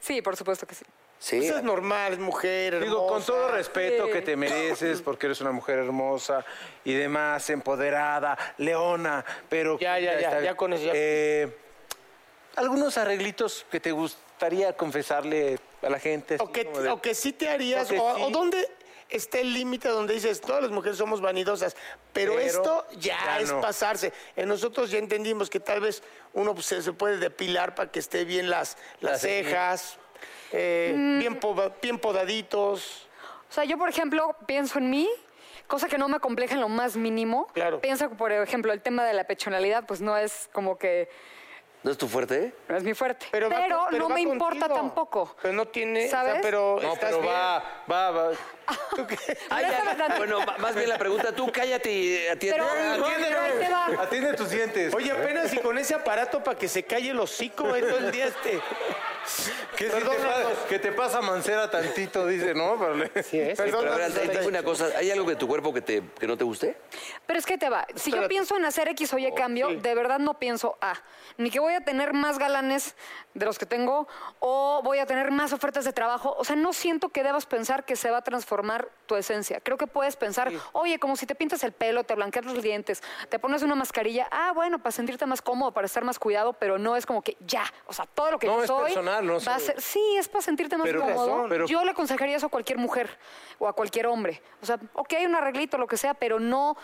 Sí, por supuesto que sí.
Sí.
pues es normal, es mujer, hermosa.
Digo, con todo respeto
Sí.
que te mereces, porque eres una mujer hermosa y demás, empoderada, leona, pero...
Ya, ya, ya,
está-
ya con eso ya-
Eh, algunos arreglitos que te gustaría confesarle a la gente. así
O que,
como de-
o que sí te harías,
O
o,
que sí.
o dónde está el límite donde dices, todas las mujeres somos vanidosas, pero,
Pero
esto ya,
ya
es
no.
pasarse. Eh, nosotros ya entendimos que tal vez uno pues, se, se puede depilar para que esté bien las, las, cejas, eh,
Mm.
bien, poda- bien podaditos.
O sea, yo, por ejemplo, pienso en mí, cosa que no me compleja en lo más mínimo.
Claro.
Pienso, por ejemplo, el tema de la pechonalidad, pues no es como que
¿No es tu fuerte?
no es mi fuerte.
Pero, va con- pero
no
va
me importa
contigo.
tampoco.
Pero no tiene, o sea,
¿Sabes?
pero
No,
estás
pero
bien.
va, va, va.
Ah, ya. Bueno, ma- más bien la pregunta, tú cállate y atiende.
Pero, pero ahí te va.
Atiende tus dientes.
Oye, apenas y con ese aparato para que se calle el hocico, güey, todo el día este.
que, si te
perdónanos.
pasa, que te pasa mancera tantito, dice, ¿no? Pero le-
Pero a ver,
Perdónanos,
Altair, dime
Altair.
una cosa, ¿hay algo de tu cuerpo que, te, que no te guste?
Pero es que te va. Si yo pienso en hacer X o Y cambio, de verdad no pienso A. Ni que voy a tener más galanes de los que tengo o voy a tener más ofertas de trabajo. O sea, no siento que debas pensar que se va a transformar transformar tu esencia. Creo que puedes pensar, oye, como si te pintas el pelo, te blanqueas los dientes, te pones una mascarilla, ah, bueno, para sentirte más cómodo, para estar más cuidado, pero no es como que ya, o sea, todo lo que
No,
yo
es
soy
personal, no
va a
sé.
ser- sí, es para sentirte más
Pero-
cómodo.
pero-
yo le aconsejaría eso a cualquier mujer o a cualquier hombre. O sea, ok, un arreglito, lo que sea, pero no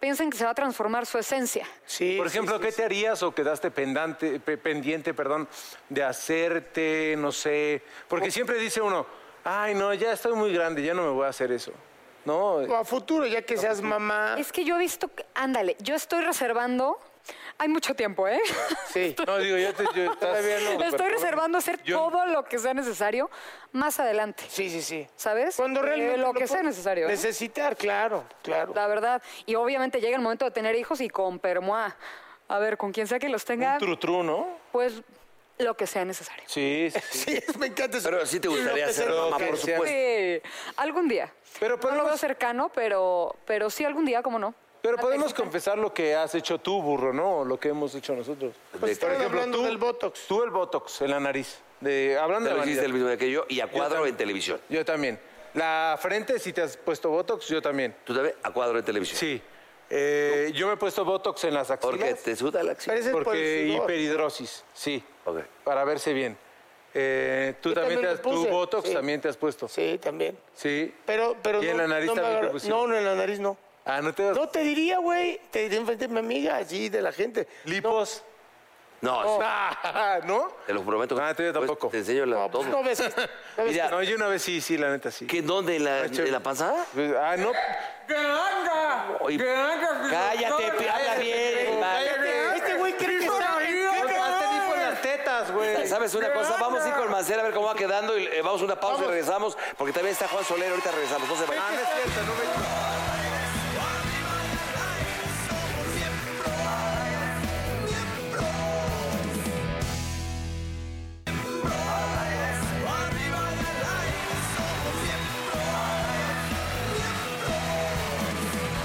piensen que se va a transformar su esencia.
Sí,
Por
sí,
ejemplo,
sí,
¿qué
sí.
te harías o quedaste pendante- pe- pendiente perdón, de hacerte, no sé? Porque siempre dice uno, ay, no, ya estoy muy grande, ya no me voy a hacer eso. No, pues
O a futuro, ya que seas mamá.
Ah.
Es que yo he visto, que- ándale, yo estoy reservando, hay mucho tiempo, ¿eh?
Sí.
no digo, yo te, yo- estás-
Estoy reservando hacer
Yo-
todo lo que sea necesario más adelante,
Sí, sí, sí.
¿sabes?
Cuando
Eh,
realmente
lo que sea
puedes
necesario. ¿eh?
Necesitar, claro, claro.
La verdad. Y obviamente llega el momento de tener hijos y con permoa. A ver, con quien sea que los tenga,
un trutru, ¿no?
pues lo que sea necesario.
Sí, sí, sí.
Sí, me encanta eso.
Pero sí te
Lo
gustaría
que
ser
sea,
mamá,
lo que
por
sea.
supuesto.
Sí, algún día.
pues Pero
No lo veo
podemos-
cercano, pero, pero sí algún día, ¿cómo no?
Pero
Al
podemos
principio.
confesar lo que has hecho tú, burro, ¿no? O Lo que hemos hecho nosotros.
Pues estaban
ejemplo,
hablando
tú-
del Botox.
Tú el Botox en la nariz. De, hablando
Te
de
lo
vanidad.
hiciste el mismo día que yo y a cuadro
también.
en televisión.
Yo también. La frente, si te has puesto Botox, yo también.
¿Tú también? A cuadro en televisión.
Sí. Eh, yo me he puesto Botox en las axilas.
Porque te suda la acción.
Parece por
Porque
el sudor.
hiperhidrosis, sí.
Ok.
Para verse bien. Eh, tú
Yo
también,
también
te
me
has, tú
puse,
Botox
sí.
también te has puesto. Sí.
Sí, también. Pero, pero
¿Y
no,
en la nariz
no me
también te
agarró-
pusiste?
No, no, en la nariz no.
Ah, no te das.
No te diría, güey. Te diría enfrente de mi amiga, así, de la gente.
Lipos.
No, sí,
Ah, ¿no?
te lo prometo. que-
Ah, tú yo
pues,
tampoco.
Te enseño la,
No,
todo.
pues no ves. no ves-
Mira,
No, yo una vez sí, sí, la neta sí.
¿qué, ¿dónde? ¿En la,
chévere.
en la panza?
Pues, ah, no.
Oye,
Cállate, habla bien.
Este güey cree que sabe.
Ah, te dijo en las tetas, güey.
¿Sabes una cosa? Vamos a ir con Mancera a ver cómo va quedando y eh, vamos a una pausa y regresamos porque también está Juan Soler. Ahorita regresamos. No se
Ah,
vayan.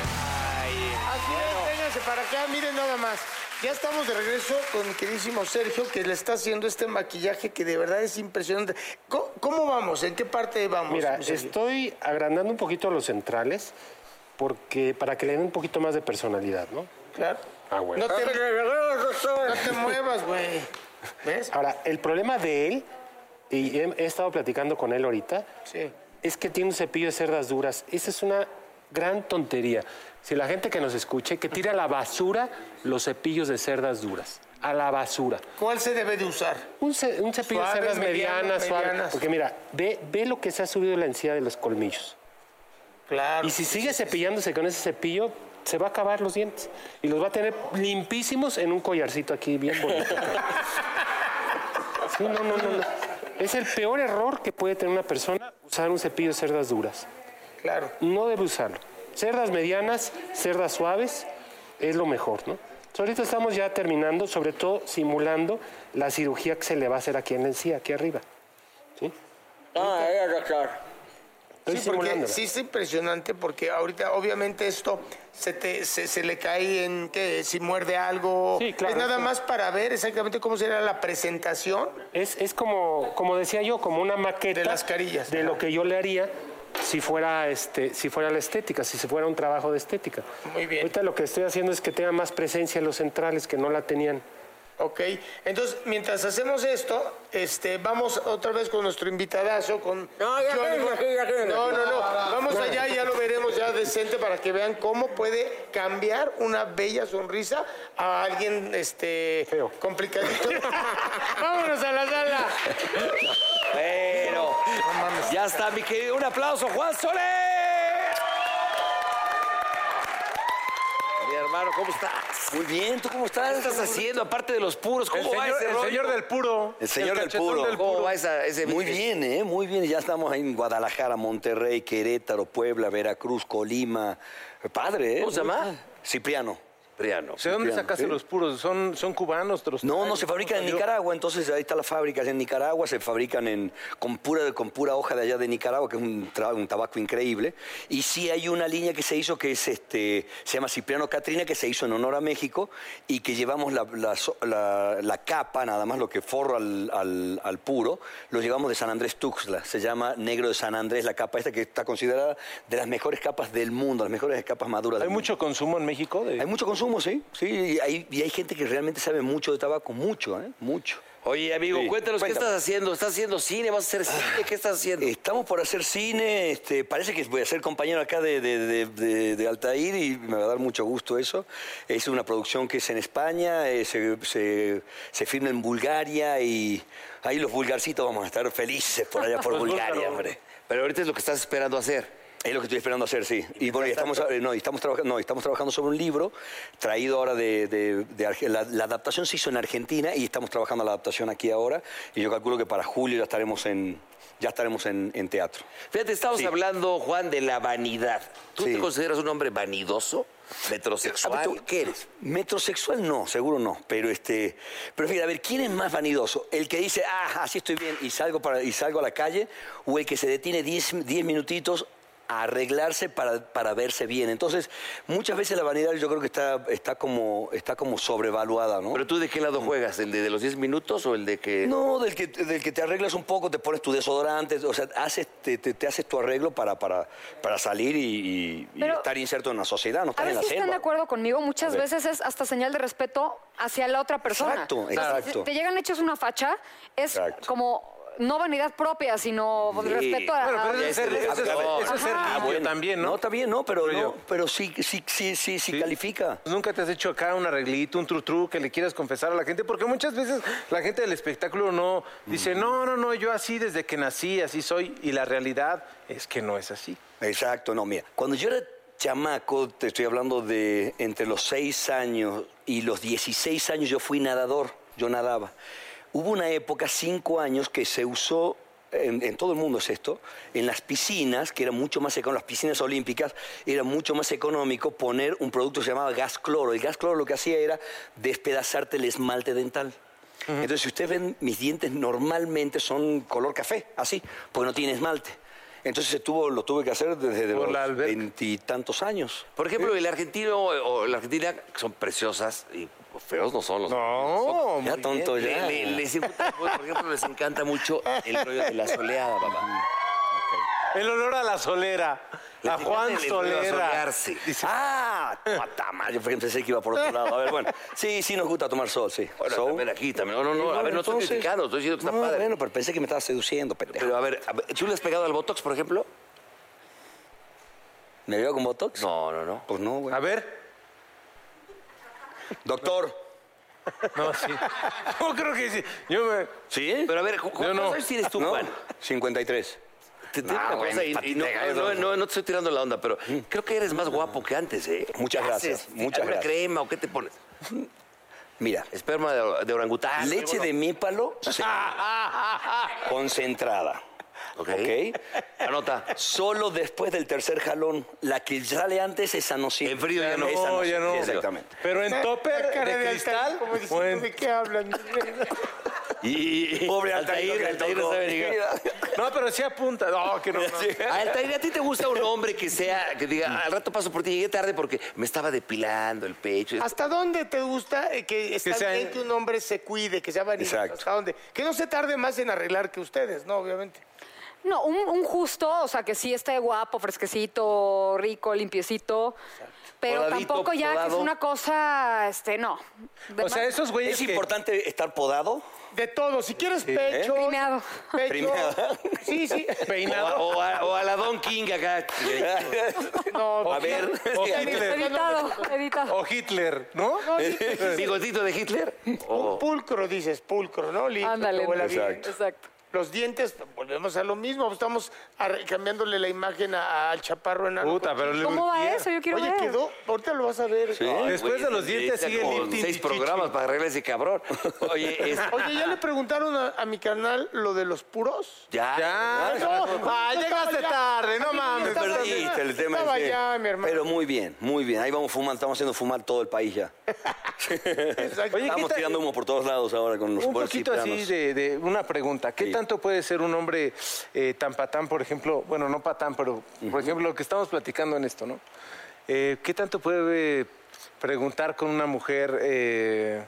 Así es, vénganse para acá, miren nada más. Ya estamos de regreso con mi queridísimo Sergio, que le está haciendo este maquillaje que de verdad es impresionante. ¿Cómo, cómo vamos? ¿En qué parte vamos?
Mira,
mi Sergio?
estoy agrandando un poquito los centrales porque para que le den un poquito más de personalidad, ¿no?
Claro.
Ah, güey.
No te, no te muevas, güey. ¿Ves?
Ahora, el problema de él, y he, he estado platicando con él ahorita,
Sí.
es que tiene un cepillo de cerdas duras. Esa es una gran tontería. Si la gente que nos escuche, que tire a la basura los cepillos de cerdas duras. A la basura.
¿Cuál se debe de usar?
Un, ce- un cepillo
Suaves,
de cerdas
medianos,
medianas, suave.
medianas.
Porque mira, ve, ve lo que se ha subido la encía de los colmillos.
Claro.
Y si sigue cepillándose con ese cepillo, se va a acabar los dientes. Y los va a tener limpísimos en un collarcito aquí bien bonito. Sí, no, no, no, no. Es el peor error que puede tener una persona usar un cepillo de cerdas duras.
Claro.
No debe usarlo. Cerdas medianas, cerdas suaves, es lo mejor, ¿no? Entonces, ahorita estamos ya terminando, sobre todo simulando la cirugía que se le va a hacer aquí en la encía, aquí arriba. ¿Sí?
Ah, era claro.
Estoy
Sí, porque
simulándola.
sí es impresionante porque ahorita obviamente esto se, te, se, se le cae en que si muerde algo.
Sí, claro,
Es nada
sí.
más para ver exactamente cómo será la presentación.
Es, es como, como decía yo, como una maqueta
De las carillas.
de lo que yo le haría si fuera, este, si fuera la estética, si se fuera un trabajo de estética.
Muy bien.
Ahorita lo que estoy haciendo es que tenga más presencia en los centrales que no la tenían.
Ok, entonces mientras hacemos esto, este, vamos otra vez con nuestro invitadazo, con
No, ya
Johnny
quédense
Bo-
aquí, ya quédense
no,
aquí.
no, no, vamos allá y ya lo veremos ya decente para que vean cómo puede cambiar una bella sonrisa a alguien, este,
Feo.
complicadito. Vámonos a la sala.
Bueno, ya está, mi querido. Un aplauso, Juan Soler. Mi hermano, ¿cómo estás? Muy bien, ¿tú cómo estás? ¿Qué estás haciendo? Aparte de los puros, ¿cómo
El
va
señor,
ese
el
rollo?
señor del puro.
El señor del
cachetón
puro.
¿Cómo va Oh, esa- ese
Muy
business?
bien, ¿eh? Muy bien. Ya estamos ahí en Guadalajara, Monterrey, Querétaro, Puebla, Veracruz, Colima. Padre, ¿eh?
¿Cómo se
Muy
llama?
padre. Cipriano.
Priano.
¿De dónde
Cipriano,
sacaste
sí.
los puros? ¿Son, son cubanos? te los
No, no
traen?
se fabrican en
¿Cómo salió?
Nicaragua, entonces ahí está la fábrica en Nicaragua, se fabrican en, con, pura, con pura hoja de allá de Nicaragua, que es un, tra- un tabaco increíble. Y sí hay una línea que se hizo que es este, se llama Cipriano Catrina, que se hizo en honor a México y que llevamos la, la so- la- la capa, nada más lo que forra al, al- al puro, lo llevamos de San Andrés Tuxtla, se llama Negro de San Andrés, la capa esta que está considerada de las mejores capas del mundo, las mejores capas maduras
¿Hay
del mundo.
mucho consumo en México? de-
Hay mucho consumo, sí. sí y, hay, y hay gente que realmente sabe mucho de tabaco, mucho, ¿eh? Mucho.
Oye, amigo,
Sí,
cuéntanos qué
cuéntame. Ah,
estás haciendo. ¿Estás haciendo cine? ¿Vas a hacer cine? ¿Qué estás haciendo?
Estamos por hacer cine, este, parece que voy a ser compañero acá de, de- de- de- de Altair y me va a dar mucho gusto eso. Es una producción que es en España, eh, se, se- se firma en Bulgaria y ahí los bulgarcitos vamos a estar felices por allá por
Los
Bulgaria,
búlgaros.
hombre.
Pero ahorita es lo que estás esperando hacer.
Es lo que estoy esperando hacer, sí. Y bueno, y estamos, eh, no, y estamos, trabajando, no, estamos trabajando sobre un libro traído ahora de... de- de Arge- la, la adaptación se hizo en Argentina y estamos trabajando la adaptación aquí ahora. Y yo calculo que para julio ya estaremos en, ya estaremos en, en teatro.
Fíjate, estamos
Sí.
hablando, Juan, de la vanidad. ¿Tú
Sí.
te consideras un hombre vanidoso?
A ver,
¿Metrosexual?
tú-
¿Qué eres?
Metrosexual no, seguro no. Pero este, pero fíjate, a ver, ¿quién es más vanidoso? ¿El que dice, ah, así estoy bien y salgo, para, y salgo a la calle? ¿O el que se detiene 10 10 minutitos a arreglarse para, para verse bien? Entonces, muchas veces la vanidad yo creo que está, está, como, está como sobrevaluada, ¿no?
¿Pero tú de qué lado juegas? ¿El de, de los 10 minutos o el de que...?
No, del que, del que te arreglas un poco, te pones tu desodorante, o sea, haces, te, te- te haces tu arreglo para, para, para salir y, y- y
Pero-
estar inserto en la sociedad, no
A
estar en
ver
la
si
selva.
están de acuerdo conmigo, muchas
A ver.
veces es hasta señal de respeto hacia la otra persona.
Exacto,
O sea, si
exacto.
te llegan hechos una facha, es
Exacto.
como no vanidad propia, sino respeto a...
Bueno, pero
a-
eso es ser, eso es- eso es ser limpio
Ajá.
Ah, bueno.
también, ¿no?
está bien, no, pero,
Creo
no,
yo.
pero sí, sí, sí, sí, sí califica.
Nunca te has hecho acá un arreglito, un tru-tru que le quieras confesar a la gente, porque muchas veces la gente del espectáculo no dice, no, no, no, yo así desde que nací, así soy, y la realidad es que no es así.
Exacto, no, mira. Cuando yo era chamaco, te estoy hablando de entre los 6 años y los 16 años, yo fui nadador, yo nadaba. Hubo una época, 5 años, que se usó, en, en todo el mundo es esto, en las piscinas, que era mucho más económico, las piscinas olímpicas, era mucho más económico poner un producto que se llamaba gas cloro. El gas cloro lo que hacía era despedazarte el esmalte dental. Entonces, si ustedes ven, mis dientes normalmente son color café, así, porque no tiene esmalte. Entonces se tuvo, lo tuve que hacer desde
Por la
los
alberca.
veintitantos años.
Por ejemplo, el argentino o la argentina, que son preciosas y feos no son los...
No,
ya tonto,
Le-
ya.
le- les encanta, por ejemplo, les encanta mucho el rollo de la soleada, papá.
el olor a la solera, a
encanta el
Juan
olor a
Solera.
solearse.
Dice,
¡Ah! Guatamá, Yo pensé que iba por otro lado. A ver, bueno. Sí, sí nos gusta tomar sol, sí.
Bueno,
Sol.
también aquí, también. No, no, no.
Bueno,
A ver, no estoy
entonces-
criticando, estoy diciendo que está
No,
padre.
Bueno, pero pensé que me estaba seduciendo, pendejo.
Pero a ver, a ver, ¿tú le has pegado al Botox, por ejemplo?
¿Me veo con Botox?
No, no, no.
Pues no, güey.
a ver.
Doctor.
No, sí. Yo creo que sí. Yo me...
¿Sí?
Pero a ver, Ju- Juan,
Yo no.
¿cuántos años tienes tú,
¿No?
Juan?
53.
Te tengo
No,
una
güey,
cosa y- y no,
patinega,
no,
eso.
no, no te estoy tirando la onda, pero creo que eres más guapo que antes, ¿eh?
Muchas
¿Qué
gracias,
haces?
muchas
¿Alguna
gracias.
crema o qué te pones?
Mira,
Esperma de, de orangután.
leche de mípalo se- concentrada.
Ok.
¿Ok?
Anota.
Solo después del tercer jalón, la que sale antes es no sirve.
En frío ya no.
Esa
No, ya no.
sirve, Exactamente.
Pero en topper
La cara
de
Altair,
cristal
como
o
diciendo,
en-
¿De qué hablan?
Y,
Pobre Altair, lo que
Altair,
le
Altair no
tocó.
sabe ni qué.
No, pero sí apunta. No, que no. no.
A Altair, ¿a ti te gusta un hombre que sea, que diga, al rato paso por ti, llegué tarde porque me estaba depilando el pecho?
Ah,
¿Hasta dónde te gusta eh, que está
sea-
bien que un hombre se cuide, que sea vanidoso?
Exacto.
¿Hasta dónde? Que no se tarde más en arreglar que ustedes, ¿no? Obviamente.
No, un, un justo, o sea, que sí esté guapo, fresquecito, rico, limpiecito. Pero
Podadito,
tampoco ya que
podado.
es una cosa, este, no. De
O sea,
más-
esos güeyes
¿Es
que-
importante estar podado?
De todo. Si quieres
¿eh?
pecho.
Primeado.
pecho-
Primeado.
Sí, sí.
O a, o a- o a la Don King acá.
No,
A ver.
O Hitler.
Editado, editado.
O Hitler, ¿no?
¿Bigotito de Hitler?
Oh,
Un pulcro, dices, pulcro, ¿no? Limpio,
Ándale.
que huela bien.
Exacto.
Los dientes, volvemos a lo mismo. Estamos arre- cambiándole la imagen a- al chaparro en
Puta, pero le
¿Cómo va eso? Yo quiero
Oye,
ver.
quedó. Ahorita lo vas a ver.
Sí,
Ay,
Después
güey,
de los dientes
necesita
sigue el
como
lifting
Seis
chichichi.
programas para arreglar ese cabrón. Oye, es-
Oye, ¿ya le preguntaron a, a mi canal lo de los puros?
ya.
Ya,
No,
ah,
yo
llegaste
estaba ya-
tarde, no
Ay,
mames.
estaba
perdí.
ya-
Perdiste el tema.
Estaba
ese.
ya, mi hermano.
Pero muy bien, muy bien. Ahí vamos fumando, estamos haciendo fumar todo el país ya.
Exacto.
Oye, ¿qué
estamos
tal-
tirando humo por todos lados ahora con los
Un
buenos
poquito así
ciprianos.
de, de una pregunta. ¿Qué
pues, Sí.
tanto puede ser un hombre eh, tan patán, por ejemplo? Bueno, no patán, pero por ejemplo, lo que estamos platicando en esto, ¿no? Eh, ¿Qué tanto puede preguntar con una mujer eh,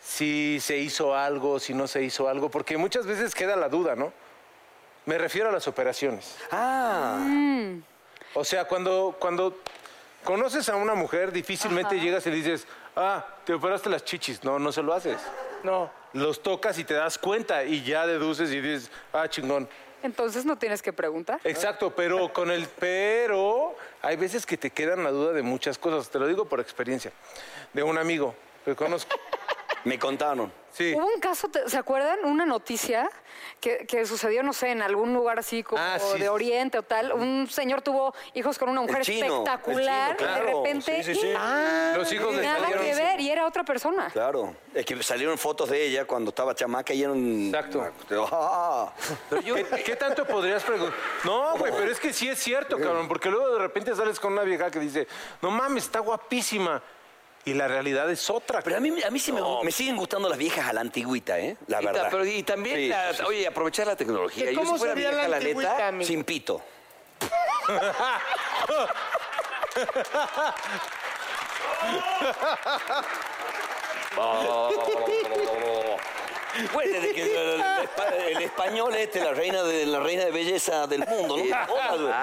si se hizo algo, si no se hizo algo? Porque muchas veces queda la duda, ¿no? Me refiero a las operaciones.
Ah,
O sea, cuando, cuando conoces a una mujer, difícilmente llegas y le dices, ah, te operaste las chichis. No, no se lo haces. No. Los tocas y te das cuenta y ya deduces y dices, ah, chingón.
Entonces no tienes que preguntar.
Exacto, pero con el pero hay veces que te quedan la duda de muchas cosas. Te lo digo por experiencia. De un amigo que conozco.
me contaron.
Sí.
Hubo un caso, te- ¿se acuerdan? Una noticia que, que sucedió, no sé, en algún lugar así como
Ah, sí, sí,
de Oriente o tal. Un señor tuvo hijos con una mujer
chino, el chino,
espectacular.
claro.
De repente,
Sí, sí, sí.
¡ah!
Los hijos le
nada
salieron-
que ver y era otra persona.
Claro. Es que salieron fotos de ella cuando estaba chamaca y eran.
Exacto.
Ah.
¿Qué, qué tanto podrías preguntar? No, güey, pero es que sí es cierto, cabrón, porque luego de repente sales con una vieja que dice, no mames, está guapísima. Y la realidad es otra.
Pero a mí, a mí sí me, me siguen gustando las viejas a la antigüita, ¿eh? La
Y, ta-
verdad.
pero- y también,
Sí,
la-
sí, sí.
oye, aprovechar la tecnología.
¿Que
Yo
cómo
si fuera
sería la
vieja, la
antigüita,
neta,
amigo?
Sin pito. Bueno, desde que el, el- el español este, la reina de la reina de belleza del mundo, ¿no?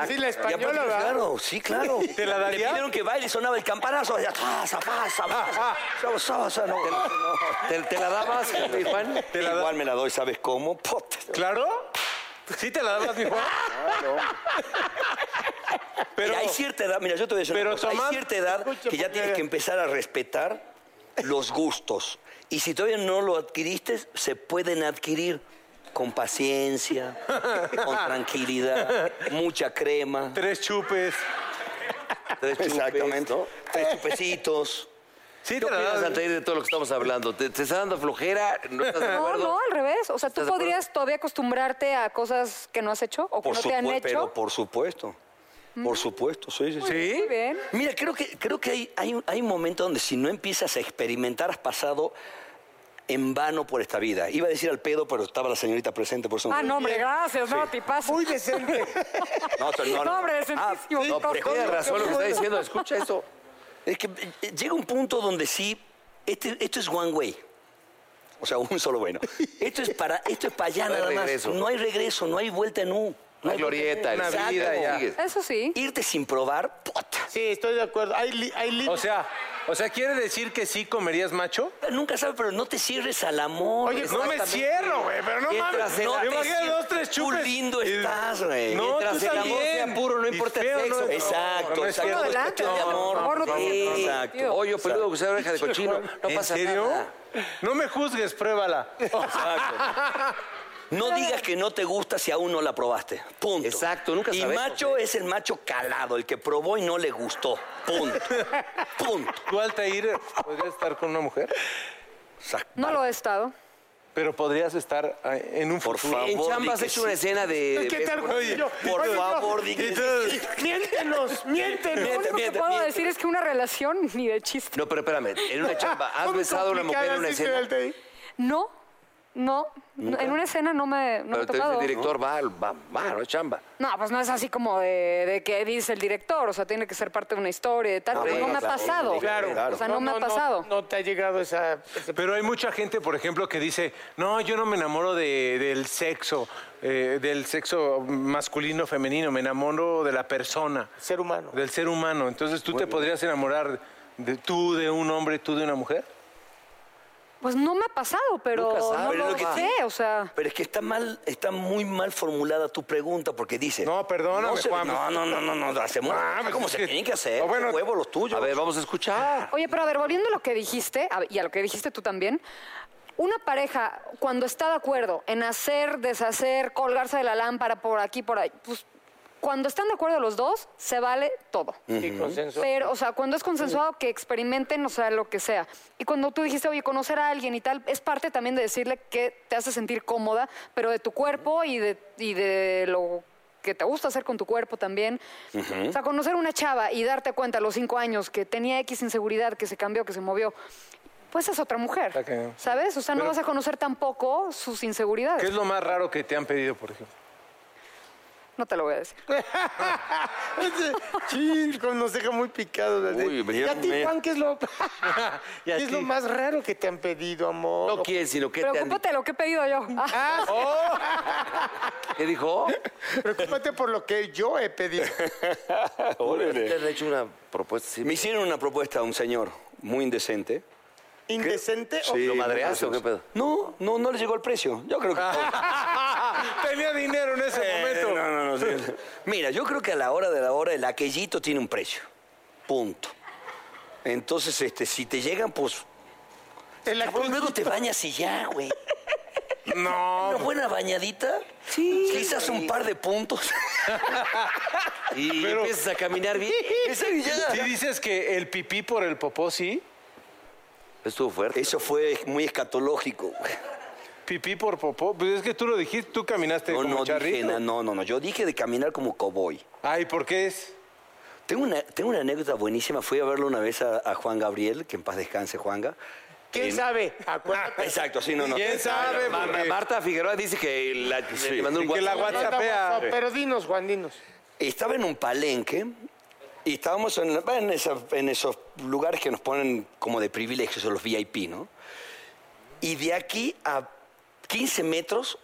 Sí, la
Y
española,
aparte,
¿verdad?
Claro, Oh, sí, claro.
¿Te la daría?
Le pidieron que baile, sonaba el campanazo. ya, pasa, pasa, pasa, pasa, pasa, no, no.
¿Te, te la dabas, mi Juan?
¿Te la da-
Igual me la doy, ¿sabes cómo? Puta.
¿Claro? ¿Sí te la dabas, mi Juan? Pero,
Mira, hay cierta edad, mira, yo te voy a decir, una
Pero
cosa,
Tomás-
hay cierta edad
Escucha,
que ya
porque-
tienes que empezar a respetar los gustos. Y si todavía no lo adquiriste, se pueden adquirir con paciencia, con tranquilidad, mucha crema,
tres chupes.
tres chupes,
Exactamente.
¿no? tres chupecitos.
Sí
¿Qué
te la
opinas,
dabas.
Altair, de todo lo que estamos hablando? ¿Te, te está dando flojera? ¿No estás de
No,
acuerdo?
no, al revés. O sea, ¿tú
¿Estás de acuerdo?
podrías todavía acostumbrarte a cosas que no has hecho o que
Por
no te han
supuesto, pero
hecho?
por supuesto. Por supuesto, sí, sí, sí.
Muy bien.
Mira, creo que, creo que hay, hay, hay un momento donde si no empiezas a experimentar, has pasado en vano por esta vida. Iba a decir al pedo, pero estaba la señorita presente, por eso...
Ah, no, hombre, gracias, no, te pasa.
Muy decente.
No, pero no, no.
No, hombre,
Ah,
decentísimo.
no, pero
Tiene
escucha,
razón lo que está diciendo. Escucha eso.
Es que eh, llega un punto donde sí, este, esto es one way. O sea, un solo bueno. Esto es para, esto es para allá
No hay
nada
regreso.
más. No hay regreso, no hay vuelta en U.
Una glorieta,
Una
exacto.
vida ya.
Sigues.
Eso sí.
Irte sin probar, puta.
Sí, estoy de acuerdo. Hay, li- hay límites.
O sea, o sea, ¿quiere decir que sí comerías macho?
Nunca sabes, pero no te cierres al amor.
Oye,
No me cierro, güey, pero no mames.
el-
No,
te
Imagina
sientes-
dos, tres
tú
chupes.
lindo
y-
estás, güey.
No,
Mientras
tú
el amor
también.
sea puro, no
Y
importa el
feo,
sexo. Exacto,
no es
exacto.
cierto.
Adelante,
No,
por
amor,
favor, no tiene
sí,
ningún
exacto.
sentido.
Oye, peludo que usar oreja de cochino. No
¿En
pasa
serio?
nada.
No me juzgues, pruébala.
No digas que no te gusta si aún no la probaste. Punto.
Exacto, nunca
Y
sabemos,
macho es el macho calado, el que probó y no le gustó. Punto. Punto.
¿Tú, Altair, podrías estar con una mujer?
No lo he estado.
Pero podrías estar eh, en un
Por
futuro.
favor.
En Chamba has
di que
hecho una
sí.
escena de...
¿Qué tal,
Oye,
Juanillo?
Por
Oye, no,
favor, di que sí.
Miéntenos,
Lo
miéntenos.
único que puedo decir es que una relación ni de chiste.
No, pero espérame. En una chamba, ¿has
Son
besado a una mujer en
complicadas,
una
sí,
escena?
señor Altair.
No, no. no, En una escena no me, no me
Pero
ha
entonces el
tocado.
director va, al- va, va, no es chamba.
No, pues no es así como de, de que dice el director. O sea, tiene que ser parte de una historia y tal. Ah, pero no
Ah, bueno,
me ha
claro,
pasado.
claro.
O sea, no, me ha pasado.
No, te ha llegado esa. ese-
Pero hay mucha gente, por ejemplo, que dice, no, yo no me enamoro de- del sexo, eh, del sexo masculino, femenino, me enamoro de la persona,
Ser humano.
del ser humano. Entonces, ¿tú te podrías enamorar de, tú de un hombre, tú de una mujer?
Pues no me ha pasado, pero
Nunca sabe,
no
pero
lo,
lo que
sé. O sea,
Pero es que está mal, está muy mal formulada tu pregunta porque dice.
No, perdóname,
no se-
Juan.
No, no, no, no, no, hacemos.
Mames,
¿Cómo
es
se
que-
tienen que hacer?
Ah, bueno.
Qué huevo los tuyos.
A ver, vamos a escuchar.
oye, pero a ver, volviendo a lo que dijiste a- y a lo que dijiste tú también. Una pareja, cuando está de acuerdo en hacer, deshacer, colgarse de la lámpara por aquí, por ahí, pues cuando están de acuerdo los dos, se vale todo.
Sí, consenso.
Pero, o sea, cuando es consensuado, que experimenten, o sea, lo que sea. Y cuando tú dijiste, oye, conocer a alguien y tal, es parte también de decirle que te hace sentir cómoda, pero de tu cuerpo y de, y de lo que te gusta hacer con tu cuerpo también. O sea, conocer una chava y darte cuenta a los cinco años que tenía X inseguridad, que se cambió, que se movió, pues es otra mujer.
Está cañón.
¿Sabes? O sea, no
Pero-
vas a conocer tampoco sus inseguridades.
¿Qué es lo más raro que te han pedido, por ejemplo?
No te lo voy a decir.
Ese Chin, con nos deja muy picados.
Uy,
¿Y a ti,
me-
Juan, qué es lo, ¿qué es lo
ti?
más raro que te han pedido, amor?
No quién, sino que te han...
Preocúpate de lo que he pedido yo. Ah,
¿Qué dijo?
Preocúpate por lo que yo he pedido.
¿Te han hecho una propuesta así?
Me hicieron una propuesta a un señor muy indecente.
¿Indecente o
Sí,
madreaste o qué pedo?
No, no, no le llegó el precio. Yo creo que...
Tenía dinero en ese
Eh,
momento.
no, no, no, sí. Mira, yo creo que a la hora de la hora el aquellito tiene un precio. Punto. Entonces, este, si te llegan, pues.
el
ah, pues,
aquellito?
luego te bañas y ya, güey.
No.
Una buena bañadita. Sí. Quizás un par de puntos.
Y empiezas a caminar bien.
Esa y ya.
Si dices que el pipí por el popó, sí.
Estuvo fuerte.
Eso fue muy escatológico. güey.
Pipí por popó. Pues es que tú lo dijiste, tú caminaste
No,
como
no, dije,
charrito.
na- no, no, no. Yo dije de caminar como cowboy.
Ay, ¿por qué es?
Tengo una, tengo una anécdota buenísima. Fui a verlo una vez a, a Juan Gabriel, que en paz descanse, Juanga.
¿Quién sabe? Acuérdate.
Exacto, sí, no, no.
¿Quién sabe?
Ma- ma-
Porque-
Marta Figueroa dice que la, le mandó un
que la
WhatsApp.
Manda
WhatsAppea.
WhatsApp, Pero dinos, Juan, dinos.
Estaba en un palenque y estábamos en, en esa- en esos lugares que nos ponen como de privilegios, o los VIP, ¿no? Y de aquí a 15 metros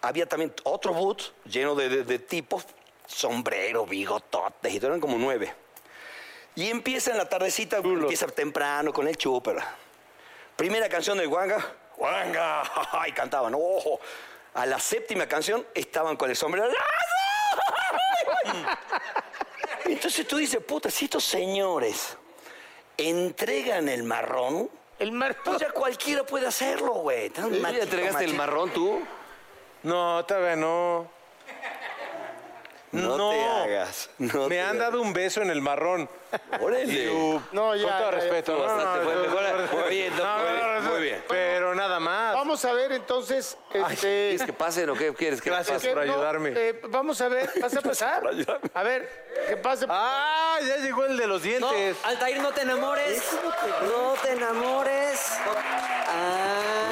había también otro boot lleno de, de- de tipos, sombreros, bigototes, y todo, eran como nueve. Y empieza en la tardecita, empieza temprano con el chuper. Primera canción del Huanga, Huanga, y cantaban, ojo. A la séptima canción estaban con el sombrero. Entonces tú dices, puta, si estos señores entregan el marrón,
El mar.
pues ya cualquiera puede hacerlo, güey. Tan
¿Tú
machito,
¿Ya entregaste el
machito.
marrón tú?
No, todavía no.
No, te hagas. no
Me
te
han
hagas.
dado un beso en el marrón.
Órale.
No, ya,
Con todo
ya, ya.
respeto. no,
Bastante
no,
fue
no,
mejor.
no, no,
Muy bien,
no,
muy
no,
bien,
no, no,
muy bien.
Pero nada más.
Vamos a ver entonces. Este,
¿Quieres que pasen o qué quieres que
Gracias.
pase?
por ayudarme.
eh, vamos a ver, ¿vas a pasar? A ver, que pase.
Ah, ya llegó el de los
No,
dientes.
Altair, no te enamores. No te enamores. Ah,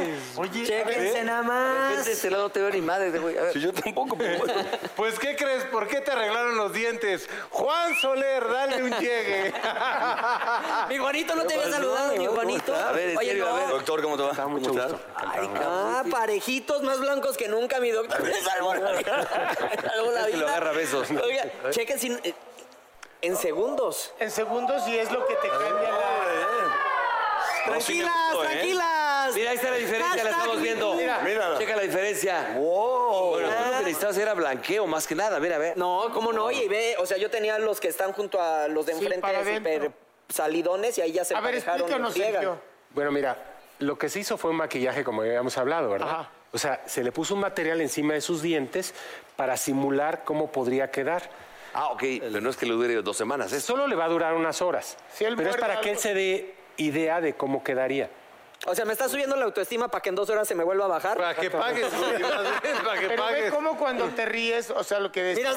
Mi Oye, chéquense nada
Vente
más.
De este lado no te veo ni madre, güey. A ver.
Yo tampoco. pero bueno.
Pues, ¿qué crees? ¿Por qué te arreglaron los dientes? Juan Soler, dale un llegue.
Mi Juanito no te
Pues
había saludado, mi Juanito.
A ver, en
Oye,
serio, a
no.
ver.
Doctor, ¿cómo te va? ¿Cómo
mucho
estás?
Ay, ah, parejitos más blancos que nunca, mi doctor. Me salvó la vida. Me salvó la
Es que Este lo
vida.
agarra a besos.
Oiga, chequen sin. eh, En segundos.
En segundos y es lo que te cambia la.
Tranquilas,
¿eh?
tranquilas.
Mira, ahí está la diferencia, la
Hashtag,
estamos viendo.
mira.
Checa la diferencia. Bueno, tú lo que necesitabas era blanqueo, más que nada. Mira, ve.
No, cómo no, y ve, o sea, yo tenía los que están junto a los de
Sí,
enfrente
para
super
adentro.
salidones y ahí ya se
A ver,
emparejaron en
explícanos,
friega.
Sergio.
Bueno, mira, lo que se hizo fue un maquillaje, como ya habíamos hablado, ¿verdad?
Ajá.
O sea, se le puso un material encima de sus dientes para simular cómo podría quedar.
Ah, ok. Pero no es que le dure dos semanas, ¿eh?
Solo le va a durar unas horas.
Si él
pero es
muerde
para que él
algo-
se dé idea de cómo quedaría.
O sea, me está subiendo la autoestima para que en dos horas se me vuelva a bajar.
Para que pagues, güey, más bien, para que
Pero ve
pagues.
cómo cuando te ríes, o sea, lo que decías.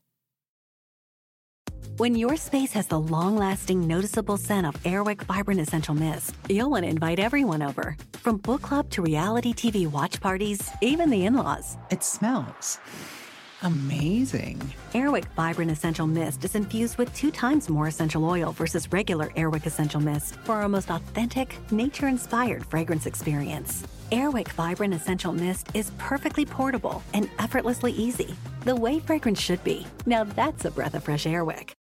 When your space has the long lasting, noticeable scent of Airwick Vibrant Essential Mist, you'll want to invite everyone over. From book club to reality TV watch parties, even the in laws.
It smells amazing.
Airwick Vibrant Essential Mist is infused with two times more essential oil versus regular Airwick Essential Mist for our most authentic, nature inspired fragrance experience. Airwick Vibrant Essential Mist is perfectly portable and effortlessly easy. The way fragrance should be. Now that's a breath of fresh Airwick.